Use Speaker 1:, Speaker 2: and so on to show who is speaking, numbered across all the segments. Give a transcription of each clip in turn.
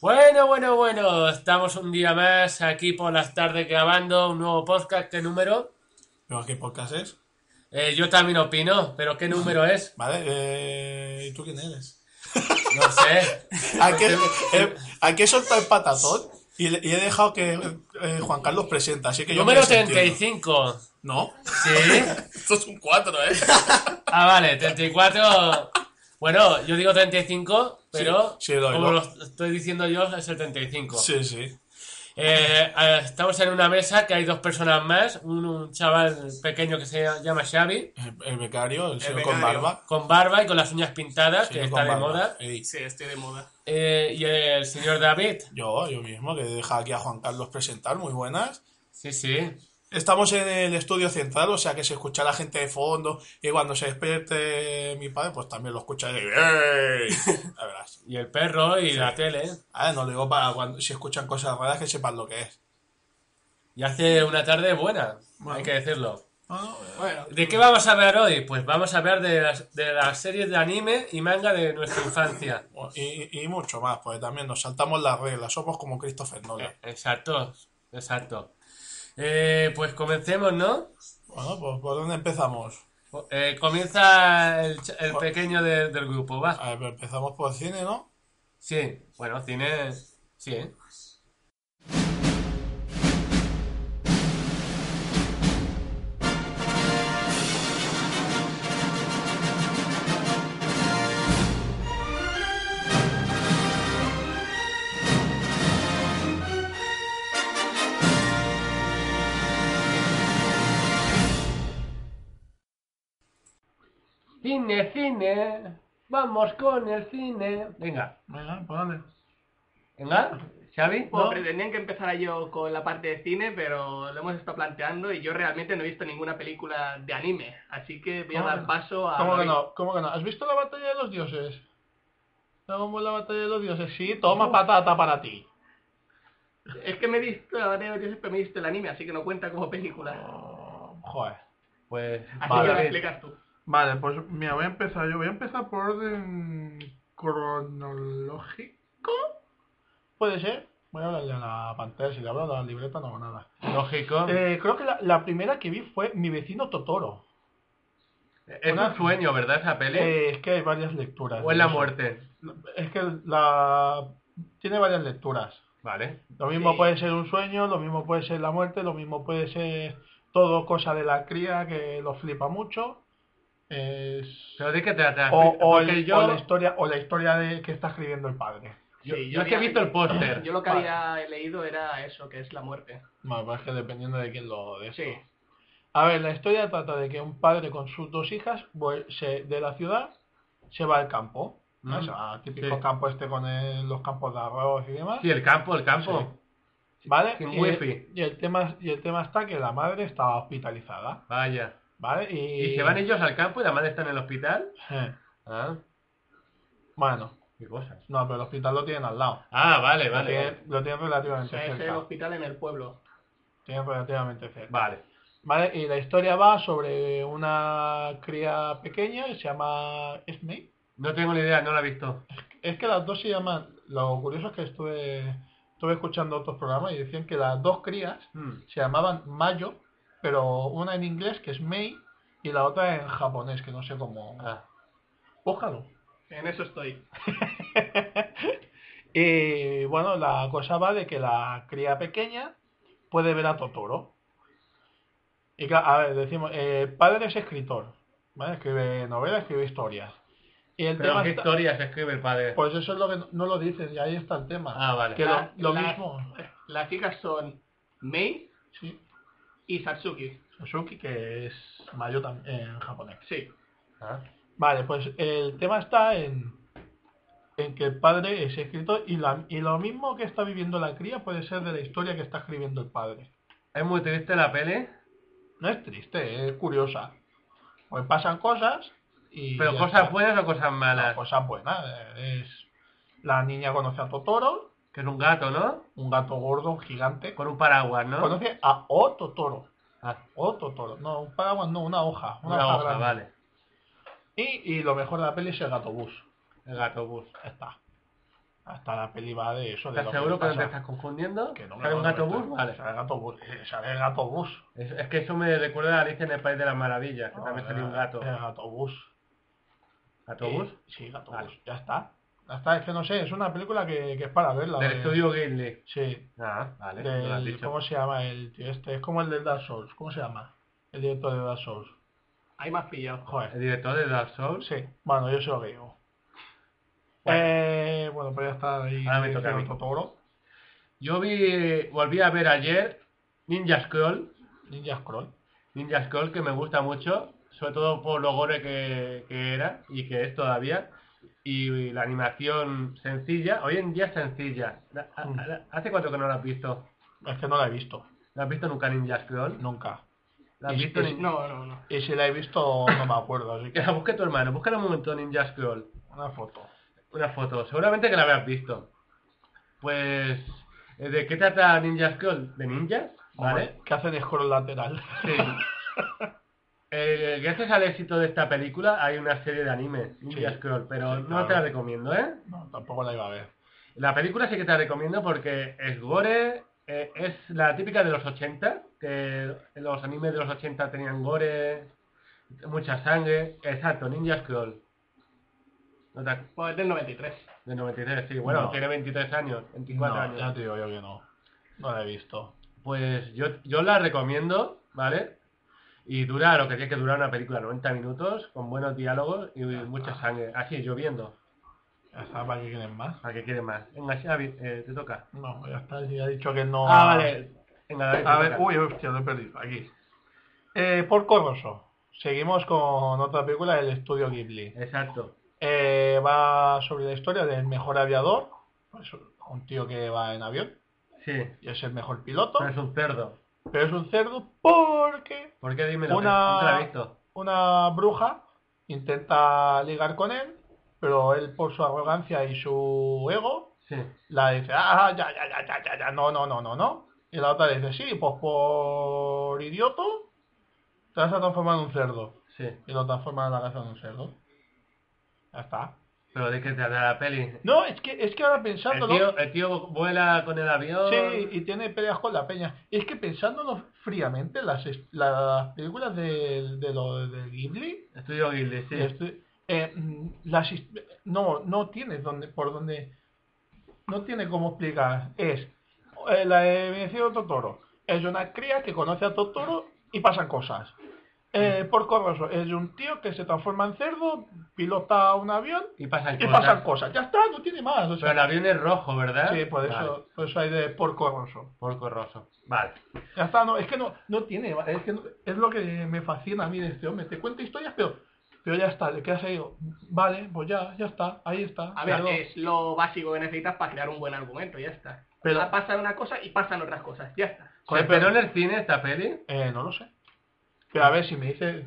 Speaker 1: Bueno, bueno, bueno, estamos un día más aquí por las tardes grabando un nuevo podcast. ¿Qué número?
Speaker 2: ¿Pero qué podcast es?
Speaker 1: Eh, yo también opino, pero ¿qué número es?
Speaker 2: Vale, eh, ¿y tú quién eres?
Speaker 1: No sé.
Speaker 2: Aquí, eh, aquí he soltado el patatón y, le- y he dejado que eh, Juan Carlos presenta, así que yo
Speaker 1: número
Speaker 2: me desentiendo.
Speaker 1: 35.
Speaker 2: No,
Speaker 1: ¿Sí?
Speaker 2: esto es un 4, ¿eh?
Speaker 1: Ah, vale, 34. Bueno, yo digo 35, pero
Speaker 2: sí, lo
Speaker 1: como
Speaker 2: digo.
Speaker 1: lo estoy diciendo yo es el 35.
Speaker 2: Sí, sí.
Speaker 1: Eh, eh, estamos en una mesa que hay dos personas más, un, un chaval pequeño que se llama Xavi,
Speaker 2: El, el becario, el señor con
Speaker 3: becario.
Speaker 2: barba.
Speaker 1: con barba y con las uñas pintadas, que
Speaker 2: señor
Speaker 1: está
Speaker 2: con
Speaker 1: de
Speaker 2: barba.
Speaker 1: moda.
Speaker 2: Ey,
Speaker 3: Sí, estoy de moda.
Speaker 1: Eh, y el señor David.
Speaker 2: yo, yo mismo, que he dejado aquí a Juan Carlos presentar, muy buenas.
Speaker 1: Sí, sí.
Speaker 2: Estamos en el estudio central, o sea que se escucha la gente de fondo y cuando se despierte mi padre, pues también lo escucha. Y, ¡Ey! La verdad.
Speaker 1: Y el perro y la tele.
Speaker 2: Ah, no lo digo para cuando si escuchan cosas raras que sepan lo que es.
Speaker 1: Y hace una tarde buena,
Speaker 2: Bueno.
Speaker 1: hay que decirlo.
Speaker 3: Bueno,
Speaker 1: ¿De qué vamos a hablar hoy? Pues vamos a hablar de las, de las series de anime y manga de nuestra infancia.
Speaker 2: Y, y mucho más, porque también nos saltamos las reglas, somos como Christopher Nolan.
Speaker 1: Eh, Exacto, exacto. Eh, pues comencemos, ¿no?
Speaker 2: Bueno, pues ¿por dónde empezamos?
Speaker 1: Eh, comienza el, ch- el pequeño de- del grupo, va.
Speaker 2: A ver, pues, empezamos por cine, ¿no?
Speaker 1: Sí, bueno, cine. Sí, ¿eh? Cine, cine. Vamos con el cine. Venga.
Speaker 2: Venga, ¿por dónde?
Speaker 1: Venga, Xavi,
Speaker 3: pues
Speaker 1: ¿no?
Speaker 3: pretendían que empezara yo con la parte de cine, pero lo hemos estado planteando y yo realmente no he visto ninguna película de anime. Así que voy a
Speaker 2: ¿Cómo
Speaker 3: dar
Speaker 2: que-
Speaker 3: paso a...
Speaker 2: ¿Cómo que
Speaker 3: David.
Speaker 2: no? ¿Cómo que no? ¿Has visto la batalla de los dioses? ¿Dragon Ball la batalla de los dioses? Sí, toma patata para ti.
Speaker 3: Es que me he visto, ahora yo siempre me he visto el anime, así que no cuenta como película.
Speaker 2: Oh, joder.
Speaker 1: Pues.
Speaker 3: Así
Speaker 2: Vale.
Speaker 3: que lo
Speaker 1: David.
Speaker 3: explicas tú.
Speaker 2: Vale, pues mira, voy a empezar yo. Voy a empezar por orden cronológico. Puede ser. Voy a hablarle a la pantalla. Si le hablo a la libreta, no hago nada.
Speaker 1: Lógico.
Speaker 2: Eh, creo que la, la primera que vi fue Mi vecino Totoro.
Speaker 1: es un sueño, ¿verdad, esa peli?
Speaker 2: Eh, es que hay varias lecturas.
Speaker 1: o es
Speaker 2: de
Speaker 1: la
Speaker 2: eso.
Speaker 1: muerte.
Speaker 2: Es que la tiene varias lecturas.
Speaker 1: Vale.
Speaker 2: Lo mismo
Speaker 3: Sí.
Speaker 2: puede ser un sueño, lo mismo puede ser la muerte, lo mismo puede ser todo cosa de la cría que lo flipa mucho. Es-
Speaker 1: Pero de qué trata.
Speaker 2: o, o
Speaker 1: Porque
Speaker 2: el-
Speaker 1: yo,
Speaker 2: o la historia o la historia de que está escribiendo el padre
Speaker 1: yo,
Speaker 3: Sí,
Speaker 1: yo es que he
Speaker 3: había-
Speaker 1: visto el póster.
Speaker 3: Yo lo que
Speaker 2: Vale.
Speaker 3: había leído era eso, que es la muerte.
Speaker 2: Bueno, pues es que dependiendo de quién lo de esto.
Speaker 3: Sí.
Speaker 2: a ver la historia trata de que un padre con sus dos hijas vuel- se- de la ciudad se va al campo ¿no?
Speaker 1: Mm.
Speaker 2: Se va al típico
Speaker 1: Sí.
Speaker 2: campo este con el- los campos de arroz y demás
Speaker 1: Sí, el campo, el campo.
Speaker 2: vale
Speaker 1: Sin
Speaker 2: y,
Speaker 1: wifi.
Speaker 2: y el tema y el tema está que la madre estaba hospitalizada
Speaker 1: Vaya.
Speaker 2: vale
Speaker 1: ¿Y,
Speaker 2: y,
Speaker 1: se van ellos al campo y la madre está en el hospital?
Speaker 2: Eh,
Speaker 1: Ah,
Speaker 2: bueno
Speaker 1: qué cosas.
Speaker 2: no pero el hospital lo tienen al lado
Speaker 1: Ah, vale,
Speaker 2: lo,
Speaker 1: vale.
Speaker 2: tienen, lo tienen
Speaker 3: O
Speaker 2: relativamente
Speaker 3: sea, es el
Speaker 2: cerca
Speaker 3: hospital en el pueblo.
Speaker 2: tienen relativamente cerca
Speaker 1: Vale.
Speaker 2: ¿Vale? Y la historia va sobre una cría pequeña que se llama Esme.
Speaker 1: No tengo ni idea, no la he visto.
Speaker 2: Es que las dos se llaman, lo curioso es que estuve, estuve escuchando otros programas y decían que las dos crías
Speaker 1: Mm.
Speaker 2: se llamaban Mayo, pero una en inglés que es Mei y la otra en japonés, que no sé cómo...
Speaker 1: Ah.
Speaker 2: Búscalo.
Speaker 3: En eso estoy.
Speaker 2: y bueno, la cosa va de que la cría pequeña puede ver a Totoro. Y claro, a ver, decimos, eh, el padre es escritor, ¿vale? Escribe novelas, escribe historias. Y el
Speaker 1: Pero
Speaker 2: tema
Speaker 1: qué
Speaker 2: está-
Speaker 1: historias escribe el padre.
Speaker 2: pues eso es lo que no, no lo dicen, y ahí está el tema.
Speaker 1: Ah, vale.
Speaker 2: que
Speaker 3: La-
Speaker 2: lo, lo
Speaker 3: la-
Speaker 2: mismo,
Speaker 3: Las hijas son Mei
Speaker 2: sí,
Speaker 3: y Satsuki.
Speaker 2: Suzuki, que es mayo tam- en japonés.
Speaker 3: Sí.
Speaker 1: Ah.
Speaker 2: Vale, pues el tema está en, en que el padre es escritor y, la- y lo mismo que está viviendo la cría puede ser de la historia que está escribiendo el padre.
Speaker 1: Es muy triste la peli,
Speaker 2: No es triste, es curiosa. Pues pasan cosas y...
Speaker 1: pero
Speaker 2: ya
Speaker 1: cosas
Speaker 2: está.
Speaker 1: buenas o cosas
Speaker 2: No,
Speaker 1: malas.
Speaker 2: cosas buenas. eh, Es, la niña conoce a Totoro,
Speaker 1: Que es un gato, ¿no?
Speaker 2: un gato gordo gigante.
Speaker 1: Con un paraguas, ¿no?
Speaker 2: Conoce a O Totoro.
Speaker 1: Ah,
Speaker 2: O Totoro. No, un paraguas, no, una hoja. Una,
Speaker 1: una hoja,
Speaker 2: grande.
Speaker 1: vale.
Speaker 2: Y, y lo mejor de la peli es el gato bus.
Speaker 1: El gato bus.
Speaker 2: Ya está. Hasta la peli va de eso. De
Speaker 4: ¿Estás
Speaker 2: lo
Speaker 4: seguro
Speaker 2: le
Speaker 4: que no te
Speaker 2: pasa.
Speaker 4: estás confundiendo?
Speaker 2: Que no, que
Speaker 4: ¿Sale
Speaker 2: no,
Speaker 4: un
Speaker 2: no,
Speaker 4: gato
Speaker 2: no,
Speaker 4: bus?
Speaker 2: no,
Speaker 4: Vale.
Speaker 2: Sale el gato bus. eh, Sale el gato bus.
Speaker 4: Es, es que eso me recuerda a Alicia en el País de las Maravillas, que también
Speaker 2: No, eh,
Speaker 4: salió un
Speaker 2: el-
Speaker 4: gato.
Speaker 2: El gato bus.
Speaker 4: ¿Gato bus?
Speaker 2: Eh, Sí, gato
Speaker 4: Vale.
Speaker 2: bus. Ya está. Ya está. Es que no sé, es una película que, que es para verla.
Speaker 4: Del
Speaker 2: de-
Speaker 4: estudio Ghibli.
Speaker 2: Sí.
Speaker 4: Ah, vale.
Speaker 2: del-
Speaker 4: no lo has dicho.
Speaker 2: ¿Cómo se llama el tío este? Es como el de Dark Souls. ¿Cómo se llama? El director de Dark Souls.
Speaker 3: Ahí más pillado.
Speaker 4: El
Speaker 2: Joder.
Speaker 4: director de Dark Souls.
Speaker 2: Sí. Bueno, yo sé lo que digo.
Speaker 4: Bueno.
Speaker 2: Eh, bueno, pues ya está ahí.
Speaker 4: Ahora me toca a mí.
Speaker 2: Totoro.
Speaker 4: Yo vi, volví a ver ayer Ninja Scroll,
Speaker 2: Ninja Scroll.
Speaker 4: Ninja Scroll que me gusta mucho, sobre todo por lo gore que, que era y que es todavía, y la animación sencilla, hoy en día es sencilla. La- a-
Speaker 2: Mm.
Speaker 4: a- ¿Hace cuánto que no la has visto?
Speaker 2: Es que no la he visto.
Speaker 4: ¿La has visto nunca Ninja Scroll?
Speaker 2: Nunca.
Speaker 4: ¿La has
Speaker 2: Es-
Speaker 4: visto
Speaker 2: es-
Speaker 4: Nin-
Speaker 3: No, no, no.
Speaker 2: Y si la he visto, no me acuerdo. Así
Speaker 4: Que
Speaker 2: que
Speaker 4: la busque tu hermano, busca un momento Ninja Scroll,
Speaker 2: una foto.
Speaker 4: una foto, seguramente que la habrás visto. Pues, eh, ¿de qué trata Ninja Scroll? ¿De ninjas? ¿Vale?
Speaker 2: Hombre, ¿Qué hace de scroll lateral?
Speaker 4: Sí. Eh, gracias al éxito de esta película hay una serie de anime, Ninja
Speaker 2: Sí.
Speaker 4: Scroll, pero
Speaker 2: Sí,
Speaker 4: no
Speaker 2: claro.
Speaker 4: te la recomiendo, ¿eh?
Speaker 2: No, tampoco la iba a ver.
Speaker 4: La película sí que te la recomiendo porque es gore, eh, es la típica de los 80, que los animes de los 80 tenían gore, mucha sangre. Exacto, Ninja Scroll. No te ac-
Speaker 3: Pues del 93.
Speaker 4: De 93, sí, bueno,
Speaker 2: No.
Speaker 4: tiene 23 años, 24
Speaker 2: No,
Speaker 4: años.
Speaker 2: ya te digo yo que no. No la he visto.
Speaker 4: Pues yo, yo la recomiendo, ¿vale? Y dura lo que tiene que durar una película, 90 minutos, con buenos diálogos y mucha sangre. Así, lloviendo.
Speaker 2: Ya está, ¿para qué quieren más?
Speaker 4: ¿A qué quieres más? Venga, Xavi, eh, te toca.
Speaker 2: No, pues ya está, si ha dicho que no.
Speaker 4: Ah, vale. Venga, David, te
Speaker 2: A ver,
Speaker 4: toca.
Speaker 2: uy, hostia, lo he perdido. Aquí. Eh, Porco Rosso. Seguimos con otra película del estudio Ghibli.
Speaker 4: Exacto.
Speaker 2: Eh, va sobre la historia del mejor aviador. Pues, un tío que va en avión
Speaker 4: Sí,
Speaker 2: y es el mejor piloto.
Speaker 4: pero es un cerdo.
Speaker 2: Pero es un cerdo porque
Speaker 4: ¿Por qué dímelo?
Speaker 2: Una-
Speaker 4: Nunca la he visto.
Speaker 2: una bruja intenta ligar con él, pero él por su arrogancia y su ego
Speaker 4: Sí.
Speaker 2: la dice, ah, ya, ya, ya, ya, ya, ya, no, no, no, no, no. Y la otra le dice, sí, pues por idioto te vas a transformar en un cerdo.
Speaker 4: Sí.
Speaker 2: Y lo transforma en la casa en un cerdo. Ya está.
Speaker 4: Pero de qué trata la peli.
Speaker 2: No, es que, es que ahora
Speaker 4: El
Speaker 2: pensándolo...
Speaker 4: tío, el tío vuela con el avión.
Speaker 2: Sí, y tiene peleas con la peña. Y es que pensándolo fríamente, las, est- las películas de, de lo de Ghibli
Speaker 4: Estudio Ghibli, sí.
Speaker 2: Este, eh, mm, las his- no, no tiene donde, por donde, no tiene cómo explicar. Es eh, la de Benicio Totoro. Es una cría que conoce a Totoro y pasan cosas. Eh, Porco Rosso es un tío que se transforma en cerdo, pilota un avión
Speaker 4: Y pasan
Speaker 2: y
Speaker 4: cosas.
Speaker 2: pasan cosas. Ya está, no tiene más. o sea,
Speaker 4: Pues Pero el avión es rojo, ¿verdad?
Speaker 2: sí, por
Speaker 4: Vale.
Speaker 2: eso, por eso hay de Porco Rosso.
Speaker 4: Porco roso. Vale.
Speaker 2: Ya está, no, es que no, no tiene, es, que no- es lo que me fascina a mí de este hombre. Te cuenta historias, pero, pero ya está, le quedas ahí, vale, pues ya, ya está, ahí está.
Speaker 3: A ver,
Speaker 2: claro.
Speaker 3: es lo básico que necesitas para crear un buen argumento, ya está.
Speaker 2: Pero-
Speaker 3: Ah, pasa una cosa y pasan otras cosas, ya está.
Speaker 4: ¿Se
Speaker 2: Joder,
Speaker 4: estrenó
Speaker 2: pero-
Speaker 4: en el cine esta peli?
Speaker 2: Eh, no lo sé. Pero a ver si me dice...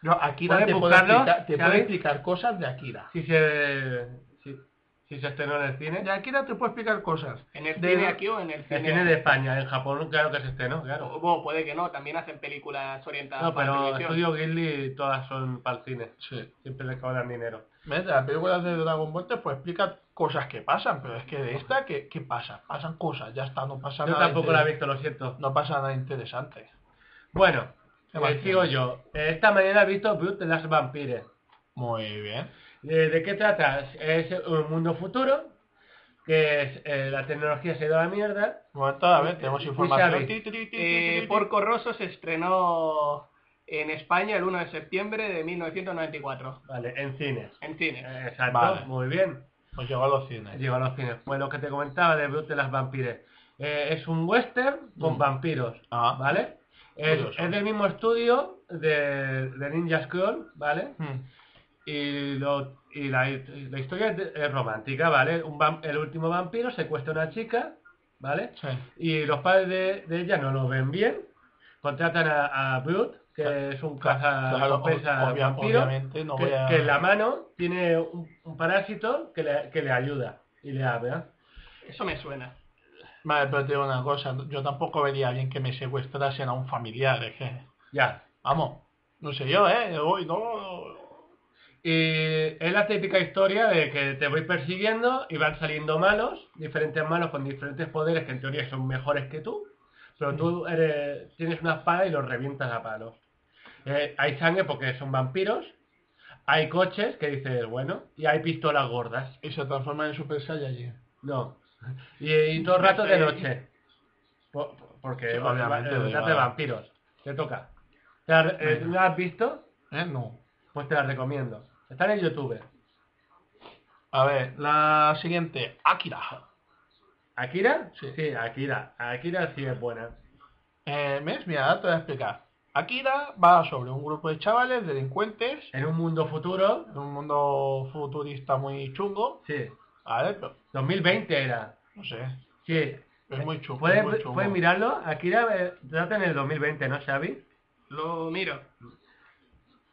Speaker 2: Yo, Akira
Speaker 4: ¿Puedes
Speaker 2: te, puede
Speaker 4: buscarlo,
Speaker 2: explicar, te puede
Speaker 4: Xavi?
Speaker 2: explicar cosas de Akira.
Speaker 4: Si se, si, si se estrenó en el
Speaker 2: De
Speaker 4: cine.
Speaker 2: Akira te puede explicar cosas.
Speaker 3: En el
Speaker 2: De-
Speaker 3: cine aquí o en el
Speaker 4: El
Speaker 3: cine...
Speaker 4: cine de España, en Japón claro que se estrenó,
Speaker 3: O-
Speaker 4: claro.
Speaker 3: bueno, puede que no, también hacen películas orientadas
Speaker 4: No,
Speaker 3: para
Speaker 4: pero
Speaker 3: televisión.
Speaker 4: Estudio Ghibli todas son para el cine.
Speaker 2: Sí.
Speaker 4: Siempre le cobran dinero.
Speaker 2: ¿Ves? De las películas de Dragon Ball te puede explicar cosas que pasan, pero es que de esta, ¿qué, qué pasa? Pasan cosas, ya está, no pasa
Speaker 4: Yo
Speaker 2: nada.
Speaker 4: tampoco la he
Speaker 2: inter-
Speaker 4: visto, lo siento.
Speaker 2: No pasa nada interesante.
Speaker 4: Bueno,
Speaker 2: ¿Qué
Speaker 4: eh,
Speaker 2: más
Speaker 4: sigo
Speaker 2: tienes?
Speaker 4: yo. Eh, Esta mañana he visto Blood de las Vampires.
Speaker 2: Muy bien.
Speaker 4: Eh, ¿De qué trata? Es un mundo futuro, que es, eh, la tecnología se ha ido a la mierda.
Speaker 2: Un momento, a ver, tenemos
Speaker 4: Sí,
Speaker 2: información.
Speaker 4: Xavi.
Speaker 2: Ti, ti, ti, ti, ti,
Speaker 3: Eh,
Speaker 2: ti, ti.
Speaker 3: Porco Rosso se estrenó en España el 1 de septiembre de 1994,
Speaker 4: Vale, en cines.
Speaker 3: en cine.
Speaker 4: Eh, Exacto,
Speaker 2: Vale.
Speaker 4: muy bien.
Speaker 2: Pues llegó a los cines.
Speaker 4: Llegó a los cines. Pues lo que te comentaba de Brut de las Vampires. Eh, es un western con
Speaker 2: Mm.
Speaker 4: vampiros,
Speaker 2: Ah.
Speaker 4: ¿vale? Es,
Speaker 2: Curioso.
Speaker 4: es del mismo estudio de, de Ninja Scroll, ¿vale?
Speaker 2: Hmm.
Speaker 4: Y, lo- y la, la historia es, de- es romántica, ¿vale? Un vam- el último vampiro secuestra a una chica, ¿vale?
Speaker 2: Sí.
Speaker 4: Y los padres de, de ella no lo ven bien. Contratan a, a Brut, que
Speaker 2: Claro,
Speaker 4: es un caza
Speaker 2: Claro, ob-
Speaker 4: recompensa
Speaker 2: obvia-
Speaker 4: vampiro,
Speaker 2: obviamente no
Speaker 4: que,
Speaker 2: voy a...
Speaker 4: que en la mano tiene un, un parásito que le, que le ayuda y le habla.
Speaker 3: Eso me suena.
Speaker 2: Vale, pero te digo una cosa. Yo tampoco vería bien que me secuestrasen a un familiar. es que-
Speaker 4: Ya.
Speaker 2: Vamos, no sé yo, ¿eh? Uy, no...
Speaker 4: Y es la típica historia de que te voy persiguiendo y van saliendo malos, diferentes malos con diferentes poderes que en teoría son mejores que tú, pero tú eres- tienes una espada y los revientas a palos. Eh, hay sangre porque son vampiros, hay coches que dices, bueno, y hay pistolas gordas.
Speaker 2: Y se transforma en Super Saiyajin.
Speaker 4: No. Y, y todo el rato de noche. Po- Porque
Speaker 2: Sí, obviamente,
Speaker 4: obviamente
Speaker 2: de
Speaker 4: de
Speaker 2: nada.
Speaker 4: vampiros. Te toca. ¿Te la, eh,
Speaker 2: Venga.
Speaker 4: ¿la has visto?
Speaker 2: ¿Eh? No.
Speaker 4: Pues te la recomiendo. Está en el YouTube.
Speaker 2: A ver, la siguiente. Akira.
Speaker 4: ¿Akira?
Speaker 2: Sí.
Speaker 4: Akira. Akira sí es buena.
Speaker 2: Eh, ¿Ves? Mira, ahora te voy a explicar. Akira va sobre un grupo de chavales delincuentes
Speaker 4: En un mundo futuro.
Speaker 2: en un mundo futurista muy chungo.
Speaker 4: Sí.
Speaker 2: ¿Vale? Pero,
Speaker 4: 2020 era.
Speaker 2: no sé.
Speaker 4: Sí.
Speaker 2: Es muy chungo.
Speaker 4: ¿Puedes,
Speaker 2: es muy chungo.
Speaker 4: puedes mirarlo? Akira eh, trata en el 2020, ¿no, Xavi?
Speaker 3: Lo miro.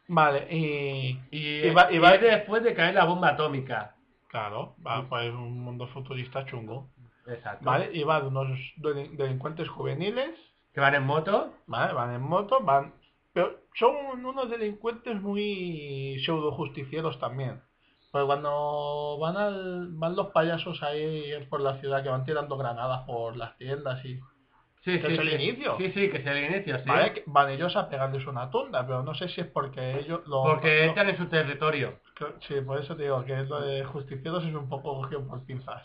Speaker 2: Vale, y...
Speaker 4: Y,
Speaker 2: Y va- y va-
Speaker 4: y es después de caer la bomba atómica.
Speaker 2: Claro, va, pues es un mundo futurista chungo.
Speaker 4: Exacto.
Speaker 2: ¿Vale? Y va de unos delin- delincuentes juveniles
Speaker 4: Que van en moto.
Speaker 2: Vale, van en moto, van... Pero son unos delincuentes muy pseudo justicieros también. Pues cuando van al, van los payasos ahí por la ciudad que van tirando granadas por las tiendas y...
Speaker 4: Sí,
Speaker 2: Que es el inicio.
Speaker 4: Sí, sí, que es el inicio, sí.
Speaker 2: Vale, que van ellos a pegarles una tunda, pero no sé si es porque ellos... Los,
Speaker 4: Porque
Speaker 2: los-
Speaker 4: están en su territorio.
Speaker 2: creo- sí, por eso te digo que lo de justicieros es un poco cogido por pinzas.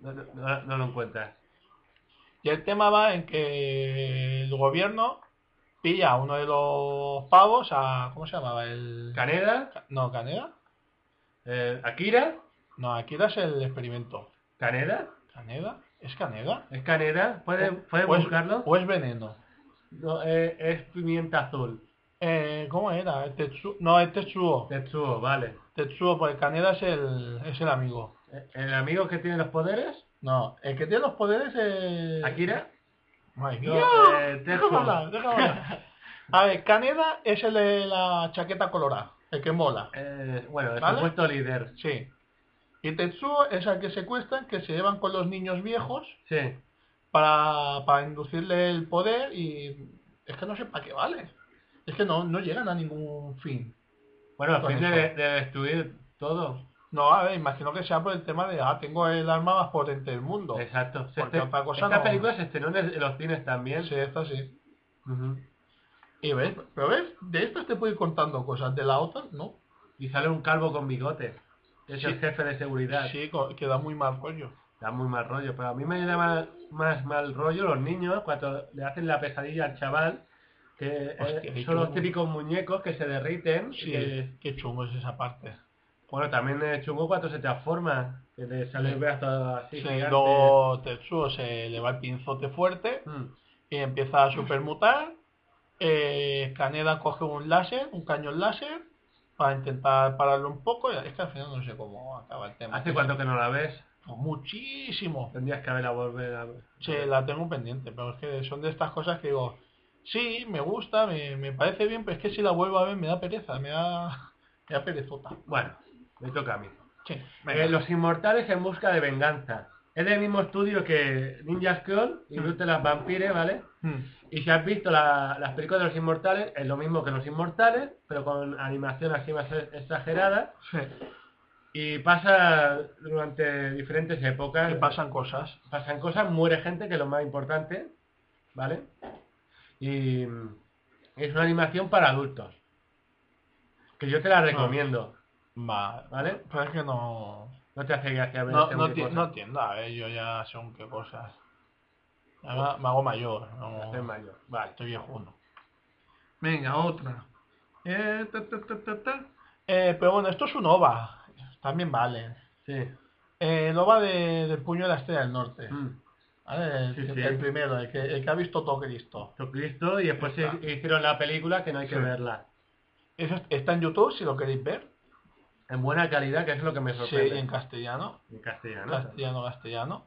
Speaker 4: No, no- no- no lo encuentras.
Speaker 2: Y el tema va en que el gobierno pilla a uno de los pavos a... ¿Cómo se llamaba? El...
Speaker 4: Caneda,
Speaker 2: Ca- No, Canera.
Speaker 4: eh, Akira,
Speaker 2: No, aquí das el experimento.
Speaker 4: Caneda,
Speaker 2: ¿Caneda? ¿Es caneda?
Speaker 4: es Caneda,
Speaker 2: Eh,
Speaker 4: ¿pueden, pueden
Speaker 2: ¿O es,
Speaker 4: buscarlo?
Speaker 2: o es veneno?
Speaker 4: No, eh, es pimienta azul,
Speaker 2: Eh, ¿Cómo era? El Tetsu- No, es Tetsuo.
Speaker 4: Tetsuo, vale.
Speaker 2: Tetsuo, pues Caneda es el, es el amigo.
Speaker 4: Eh, ¿El amigo que tiene los poderes?
Speaker 2: No, el que tiene los poderes es...
Speaker 4: ¿Akira?
Speaker 2: Madre
Speaker 4: No,
Speaker 2: mía.
Speaker 4: eh,
Speaker 2: déjame
Speaker 4: Tetsuo.
Speaker 2: hablar, déjame hablar. A ver, Caneda es el de la chaqueta colorada, el que mola.
Speaker 4: Eh, bueno, el
Speaker 2: ¿Vale?
Speaker 4: supuesto líder.
Speaker 2: Sí. Y Tetsuo es el que secuestran, que se llevan con los niños viejos
Speaker 4: Sí,
Speaker 2: para, para inducirle el poder y es que no sé para qué vale. Es que no, no llegan a ningún fin.
Speaker 4: bueno, a
Speaker 2: Con
Speaker 4: fin de,
Speaker 2: Pues eso.
Speaker 4: de destruir todo.
Speaker 2: No, a ver, imagino que sea por el tema de, ah, tengo el arma más potente del mundo.
Speaker 4: Exacto. Se
Speaker 2: Porque
Speaker 4: este-
Speaker 2: otra cosa
Speaker 4: esta
Speaker 2: no.
Speaker 4: película se estrenó en el- en los cines también.
Speaker 2: Sí, esto sí.
Speaker 4: Ujú.
Speaker 2: Y ves, pero ves, de estas te puedo ir contando cosas, de la otra no.
Speaker 4: Y sale un calvo con bigote. Es
Speaker 2: Sí.
Speaker 4: el jefe de seguridad.
Speaker 2: Sí, co- queda muy mal rollo.
Speaker 4: Da muy mal rollo, pero a mí me da más, más mal rollo los niños cuando le hacen la pesadilla al chaval, que eh,
Speaker 2: Hostia, qué
Speaker 4: son los
Speaker 2: chungo.
Speaker 4: típicos muñecos que se derriten.
Speaker 2: Sí,
Speaker 4: que-
Speaker 2: qué chungo es esa parte.
Speaker 4: bueno, también es chungo cuando se transforma, que le sale el
Speaker 2: Sí.
Speaker 4: brazo así.
Speaker 2: Sí,
Speaker 4: gigante.
Speaker 2: luego Tetsuo se le va el pinzote fuerte
Speaker 4: Mm,
Speaker 2: y empieza a supermutar. Eh, Caneda coge un láser, un cañón láser, para intentar pararlo un poco. y Es que al final no sé cómo acaba el tema.
Speaker 4: ¿Hace cuánto que no la ves?
Speaker 2: Pues Muchísimo.
Speaker 4: Tendrías que haberla volver a ver.
Speaker 2: Sí, la tengo pendiente, pero es que son de estas cosas que digo, sí, me gusta, me, me parece bien, pero es que si la vuelvo a ver me da pereza, me da, me da perezota.
Speaker 4: Bueno, me toca a mí.
Speaker 2: Sí,
Speaker 4: Eh, los inmortales en busca de venganza. Es del mismo estudio que Ninja Scroll y
Speaker 2: Mm.
Speaker 4: Brute las Vampires, ¿vale?
Speaker 2: Hmm.
Speaker 4: Y si has visto la- las películas de los inmortales, es lo mismo que los inmortales, pero con animación así más e- exagerada.
Speaker 2: Sí,
Speaker 4: Y pasa durante diferentes épocas.
Speaker 2: que pasan cosas.
Speaker 4: Pasan cosas, muere gente, que es lo más importante. ¿Vale? Y mm, es una animación para adultos. Que yo te la recomiendo.
Speaker 2: Va,
Speaker 4: ¿Vale?
Speaker 2: Ah. Pero es que no...
Speaker 4: No te hace gracia ver
Speaker 2: No,
Speaker 4: este
Speaker 2: no,
Speaker 4: tipo de
Speaker 2: ti-
Speaker 4: cosas.
Speaker 2: no entiendo, a ver, yo ya sé un qué cosas. Además, me hago mayor, no-
Speaker 4: Hacer Este mayor. Vale.
Speaker 2: estoy viejuno.
Speaker 3: Venga, otra. Eh, ta, ta, ta, ta, ta.
Speaker 2: Eh, pero bueno, esto es un OVA, también vale.
Speaker 4: Sí.
Speaker 2: Eh, el OVA de, del puño de la estrella del norte.
Speaker 4: Mm.
Speaker 2: ¿vale? El,
Speaker 4: Sí, sí.
Speaker 2: el primero, el que, el que ha visto todo Cristo.
Speaker 4: Jesucristo, y después
Speaker 2: Está.
Speaker 4: se hicieron la película que no hay que
Speaker 2: Sí.
Speaker 4: verla.
Speaker 2: Eso es- está en YouTube si lo queréis ver.
Speaker 4: En buena calidad, que es lo que me
Speaker 2: Sí,
Speaker 4: sorprende.
Speaker 2: en castellano.
Speaker 4: En castellano.
Speaker 2: Castellano, castellano.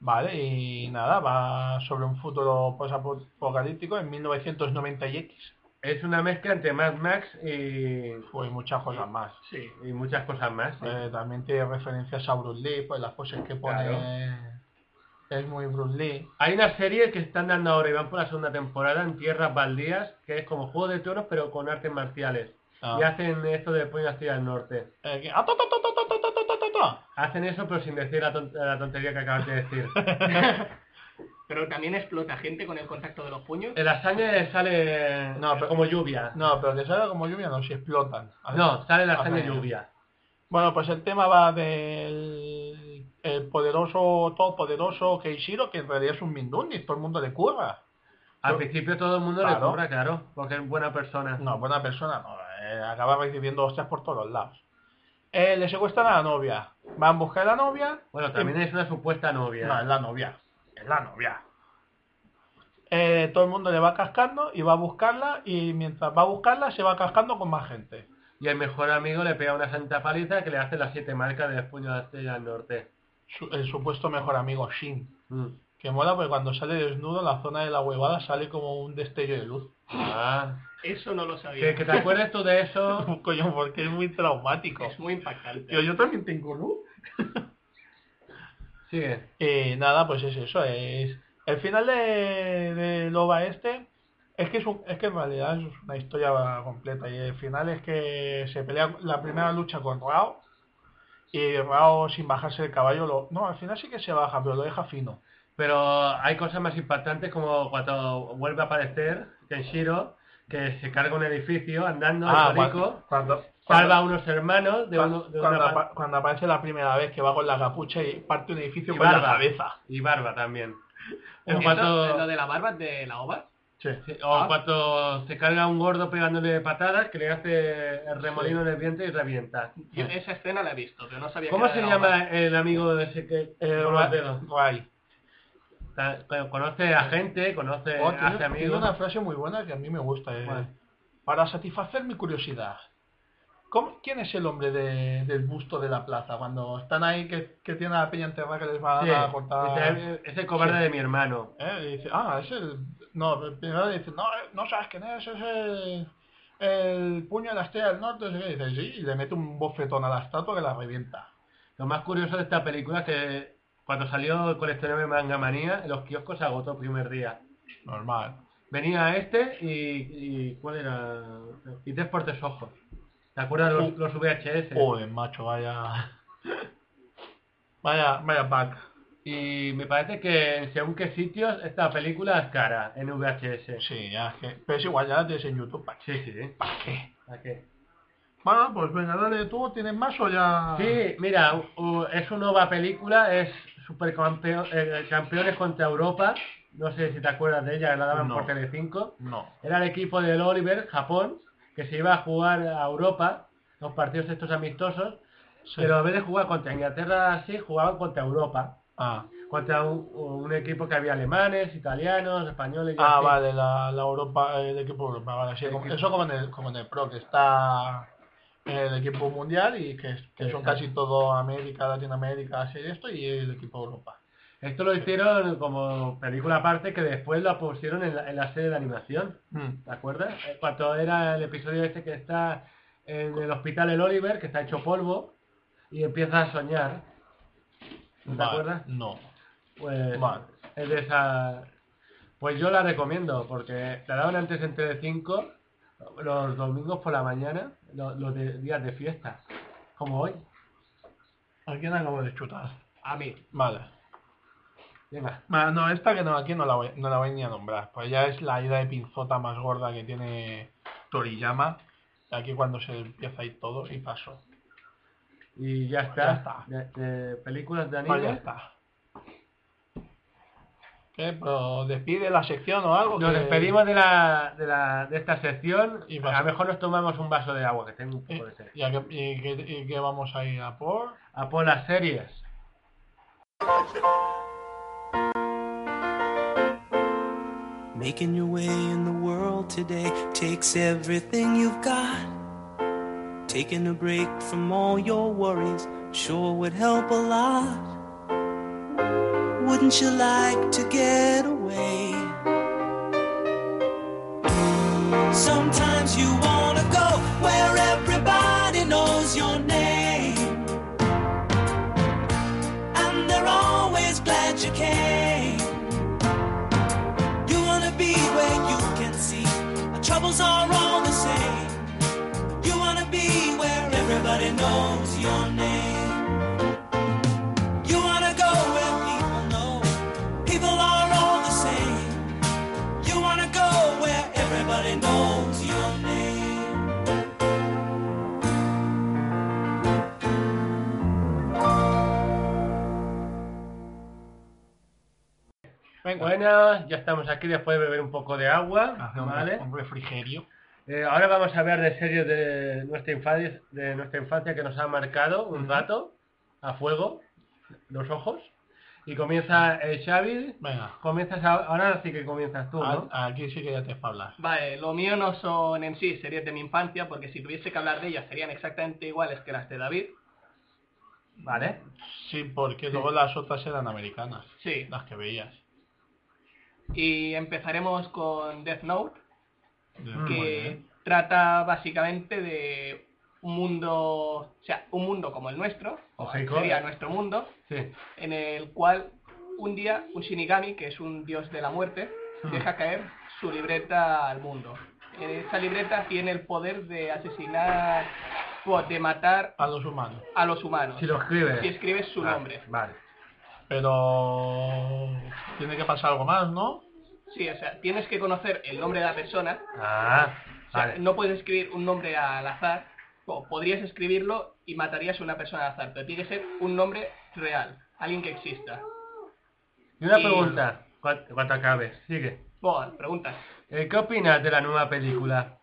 Speaker 2: Vale, y nada, va sobre un futuro apocalíptico en 1990 y X.
Speaker 4: Es una mezcla entre Mad Max y,
Speaker 2: Pues muchas cosas más.
Speaker 3: Sí.
Speaker 4: y muchas cosas más. sí.
Speaker 2: Eh, también tiene referencias a Bruce Lee, pues las cosas que pone es muy Bruce Lee.
Speaker 4: Hay una serie que están dando ahora y van por la segunda temporada en Tierras Baldías, que es como Juego de Toros, pero con artes marciales.
Speaker 2: Ah.
Speaker 4: y hacen esto de puño hacia el norte.
Speaker 2: Eh, que- ah, to, to, to, to, to, to, to, to, to, to.
Speaker 4: Hacen eso pero sin decir la, ton- la tontería que acabas de decir.
Speaker 3: Pero también explota gente con el contacto de los puños.
Speaker 4: La sangre sale
Speaker 2: No, pero-
Speaker 4: como lluvia. No,
Speaker 2: No, pero que salga como lluvia no, si explotan.
Speaker 4: sale la
Speaker 2: Ah,
Speaker 4: sangre
Speaker 2: bueno.
Speaker 4: lluvia.
Speaker 2: Bueno, pues el tema va del el poderoso, todopoderoso Keishiro, que en realidad es un Mindundi, todo el mundo le curva.
Speaker 4: Al
Speaker 2: Yo-
Speaker 4: principio todo el mundo le
Speaker 2: Claro.
Speaker 4: cobra, claro, porque es buena persona.
Speaker 2: No, buena persona, no, eh, acaba recibiendo hostias por todos lados. Eh, le secuestran a la novia, van a buscar a la novia.
Speaker 4: Bueno, también es una supuesta novia.
Speaker 2: No, es la novia, es la novia. Eh, todo el mundo le va cascando y va a buscarla y mientras va a buscarla se va cascando con más gente.
Speaker 4: Y el mejor amigo le pega una santa paliza que le hace las siete marcas del puño de estrella al norte.
Speaker 2: Su- el supuesto mejor amigo Shin.
Speaker 4: Mm.
Speaker 2: Que mola porque cuando sale desnudo en la zona de la huevada sale como un destello de luz.
Speaker 4: Ah.
Speaker 3: Eso no lo sabía.
Speaker 4: Que, que te acuerdes tú de eso.
Speaker 2: Coño, porque es muy traumático.
Speaker 3: Es muy impactante.
Speaker 2: Yo, yo también tengo luz.
Speaker 4: Sigue.
Speaker 2: Y nada, pues es eso. Es... El final de, de Loba este es que, es, un- es que en realidad es una historia completa. Y el final es que se pelea la primera lucha con Rao. Y Rao sin bajarse el caballo, lo... no, al final sí que se baja, pero lo deja fino.
Speaker 4: Pero hay cosas más impactantes como cuando vuelve a aparecer Kenshiro, que se carga un edificio andando
Speaker 2: Ah,
Speaker 4: al
Speaker 2: cuando,
Speaker 4: rico,
Speaker 2: cuando,
Speaker 4: salva a unos hermanos de,
Speaker 2: cuando,
Speaker 4: uno, de
Speaker 2: cuando
Speaker 4: una
Speaker 2: apa- cuando aparece la primera vez que va con la capucha y parte un edificio
Speaker 4: Y
Speaker 2: con la
Speaker 4: barba.
Speaker 2: cabeza.
Speaker 4: Y barba también. O
Speaker 3: ¿Eso, ¿Lo
Speaker 4: cuando,
Speaker 3: de la barba es de la ova?
Speaker 2: Sí.
Speaker 4: sí, o
Speaker 3: Ah.
Speaker 4: cuando se carga un gordo pegándole patadas que le hace el remolino en el vientre y revienta.
Speaker 3: Yo esa escena la he visto, pero no sabía
Speaker 4: ¿Cómo
Speaker 3: que era
Speaker 4: se
Speaker 3: de la OVA.
Speaker 4: llama el amigo de ese que
Speaker 2: Eh,
Speaker 4: con
Speaker 2: Ra-
Speaker 4: los dedos?
Speaker 2: Rai.
Speaker 4: Ta- co- Conoce a gente, conoce
Speaker 2: Oh,
Speaker 4: a ese
Speaker 2: tiene, tiene
Speaker 4: amigo.
Speaker 2: una frase muy buena que a mí me gusta. eh.
Speaker 4: ¿Cuál?
Speaker 2: Para satisfacer mi curiosidad. ¿Cómo- ¿Quién es el hombre de- del busto de la plaza? Cuando están ahí que, que tiene a la peña enterrada que les van
Speaker 4: Sí,
Speaker 2: a cortar...
Speaker 4: dice, "Eh, es el cobarde
Speaker 2: Sí.
Speaker 4: de mi hermano.
Speaker 2: Eh, y dice, ah, es el... No, pero primero dice, no, eh, no sabes quién es, es el, el puño de la estrella del norte. no sé qué. Y dice, sí, y le mete un bofetón a la estatua que la revienta.
Speaker 4: Lo más curioso de esta película es que cuando salió el coleccionable Manga Manía, en los kioscos se agotó el primer día.
Speaker 2: Normal.
Speaker 4: Venía este y, y ¿cuál era? Y tres por tres ojos. ¿Te acuerdas los,
Speaker 2: Uh.
Speaker 4: los VHS?
Speaker 2: Joder, macho, vaya... vaya, vaya pack.
Speaker 4: Y me parece que en según qué sitios esta película es cara en VHS.
Speaker 2: Sí, ya es que... Pero es igual, ya la tienes en YouTube, ¿para qué?
Speaker 4: Sí, sí.
Speaker 2: ¿Para qué?
Speaker 4: ¿A qué?
Speaker 2: Bueno, pues venga, dale tú, ¿tienes más o ya...?
Speaker 4: Sí, mira, u- u- es una nueva película, es Supercampeón, eh, Campeones contra Europa. No sé si te acuerdas de ella, la daban
Speaker 2: No.
Speaker 4: por Telecinco.
Speaker 2: No.
Speaker 4: Era el equipo del Oliver, Japón, que se iba a jugar a Europa, los partidos estos amistosos,
Speaker 2: Sí.
Speaker 4: pero en vez de jugar contra Inglaterra, sí, jugaban contra Europa.
Speaker 2: Ah,
Speaker 4: Contra un, un equipo que había alemanes, italianos, españoles. y
Speaker 2: Ah,
Speaker 4: así.
Speaker 2: vale, la, la Europa, el equipo Europa, vale, sí,
Speaker 4: El
Speaker 2: como-
Speaker 4: equipo.
Speaker 2: eso como en, el, como en el Pro, que está el equipo mundial y que, que son
Speaker 4: Exacto.
Speaker 2: casi todo América, Latinoamérica, así y esto, y el equipo Europa.
Speaker 4: Esto lo hicieron como película aparte que después la pusieron en la- en la serie de animación.
Speaker 2: Mm,
Speaker 4: ¿Te acuerdas? Eh, Cuando era el episodio este que está en el hospital el Oliver, que está hecho polvo, y empieza a soñar. ¿No ¿Te
Speaker 2: vale,
Speaker 4: acuerdas?
Speaker 2: No.
Speaker 4: Pues
Speaker 2: Vale.
Speaker 4: es de esa... Pues yo la recomiendo, porque la daban antes en Telecinco, los domingos por la mañana, los, los de- días de fiesta, como hoy.
Speaker 2: ¿A quién acabo de chutar?
Speaker 3: A mí.
Speaker 2: Vale.
Speaker 4: Venga.
Speaker 2: Ma- No, esta que no, aquí no la, voy, no la voy ni a nombrar. Pues ya es la ida de pinzota más gorda que tiene Toriyama. Aquí cuando se empieza a ir todo y pasó.
Speaker 4: Y ya está.
Speaker 2: Ya está.
Speaker 4: De- de películas de anime.
Speaker 2: Pues ya está. ¿Qué? Pero despide la sección o algo.
Speaker 4: Nos
Speaker 2: que-
Speaker 4: despedimos de, la, de, la, de esta sección.
Speaker 2: Eh, Y
Speaker 4: a
Speaker 2: vas-
Speaker 4: lo mejor nos tomamos un vaso de agua, que tengo un
Speaker 2: ¿Y,
Speaker 4: poco de sed.
Speaker 2: y a qué- y qué- y qué vamos a ir a por?
Speaker 4: a por las series.
Speaker 5: Making your way in the world today takes everything you've got. Taking a break from all your worries sure would help a lot. Wouldn't you like to get away? Sometimes you wanna go where everybody knows your name. And they're always glad you came. You wanna be where you can see our troubles are all the same. You Everybody knows your name. You wanna go where people know. People are all the same. You wanna go where everybody knows your name.
Speaker 2: Venga,
Speaker 4: Bueno, ya estamos aquí después de beber un poco de agua,
Speaker 2: Hacer un-
Speaker 4: ¿vale?
Speaker 2: un refrigerio.
Speaker 4: Eh, ahora vamos a hablar de series de nuestra infancia, de nuestra infancia que nos ha marcado un rato a fuego, los ojos. Y comienza eh, Xavi,
Speaker 2: Venga,
Speaker 4: comienzas a- ahora sí que comienzas tú, ¿no?
Speaker 2: a- aquí sí que ya te hablas.
Speaker 3: Vale, lo mío no son en sí series de mi infancia, porque si tuviese que hablar de ellas serían exactamente iguales que las de David.
Speaker 4: Vale.
Speaker 2: Sí, porque luego las otras eran americanas,
Speaker 3: Sí.
Speaker 2: las que veías.
Speaker 3: Y empezaremos con Death Note,
Speaker 2: Mm, Muy
Speaker 3: Mm. que
Speaker 2: bien. ¿eh?
Speaker 3: trata básicamente de un mundo, o sea, un mundo como el nuestro,
Speaker 4: Ojico.
Speaker 3: sería nuestro mundo,
Speaker 4: Sí.
Speaker 3: en el cual un día un Shinigami, que es un dios de la muerte,
Speaker 4: Hmm.
Speaker 3: deja caer su libreta al mundo. Esa libreta tiene el poder de asesinar, o de matar
Speaker 2: A los humanos.
Speaker 3: a los humanos.
Speaker 4: Si lo escribes.
Speaker 3: Si escribes su
Speaker 4: Ah,
Speaker 3: nombre.
Speaker 4: Vale.
Speaker 2: Pero tiene que pasar algo más, ¿no?
Speaker 3: Sí, o sea, tienes que conocer el nombre de la persona.
Speaker 4: Ah,
Speaker 3: O sea,
Speaker 4: vale.
Speaker 3: no puedes escribir un nombre al azar. O podrías escribirlo y matarías a una persona al azar. Pero tiene que ser un nombre real. Alguien que exista.
Speaker 4: Y una
Speaker 3: y-
Speaker 4: pregunta, cua- cuando acabes, sigue.
Speaker 3: Bueno, preguntas.
Speaker 4: Eh, ¿Qué opinas de la nueva película?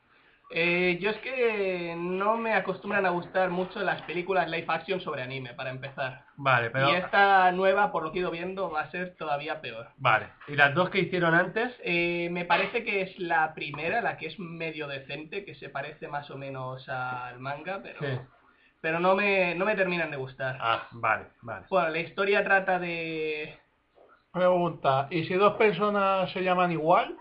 Speaker 3: Eh, yo es que no me acostumbran a gustar mucho las películas live action sobre anime, para empezar.
Speaker 4: Vale, pero...
Speaker 3: Y esta nueva, por lo que he ido viendo, va a ser todavía peor.
Speaker 4: Vale. ¿Y las dos que hicieron antes?
Speaker 3: Eh, me parece que es la primera, la que es medio decente, que se parece más o menos al manga, pero,
Speaker 4: Sí.
Speaker 3: pero no, me, no me terminan de gustar.
Speaker 4: Ah, vale, vale.
Speaker 3: Bueno, la historia trata de...
Speaker 2: Pregunta, ¿y si dos personas se llaman igual?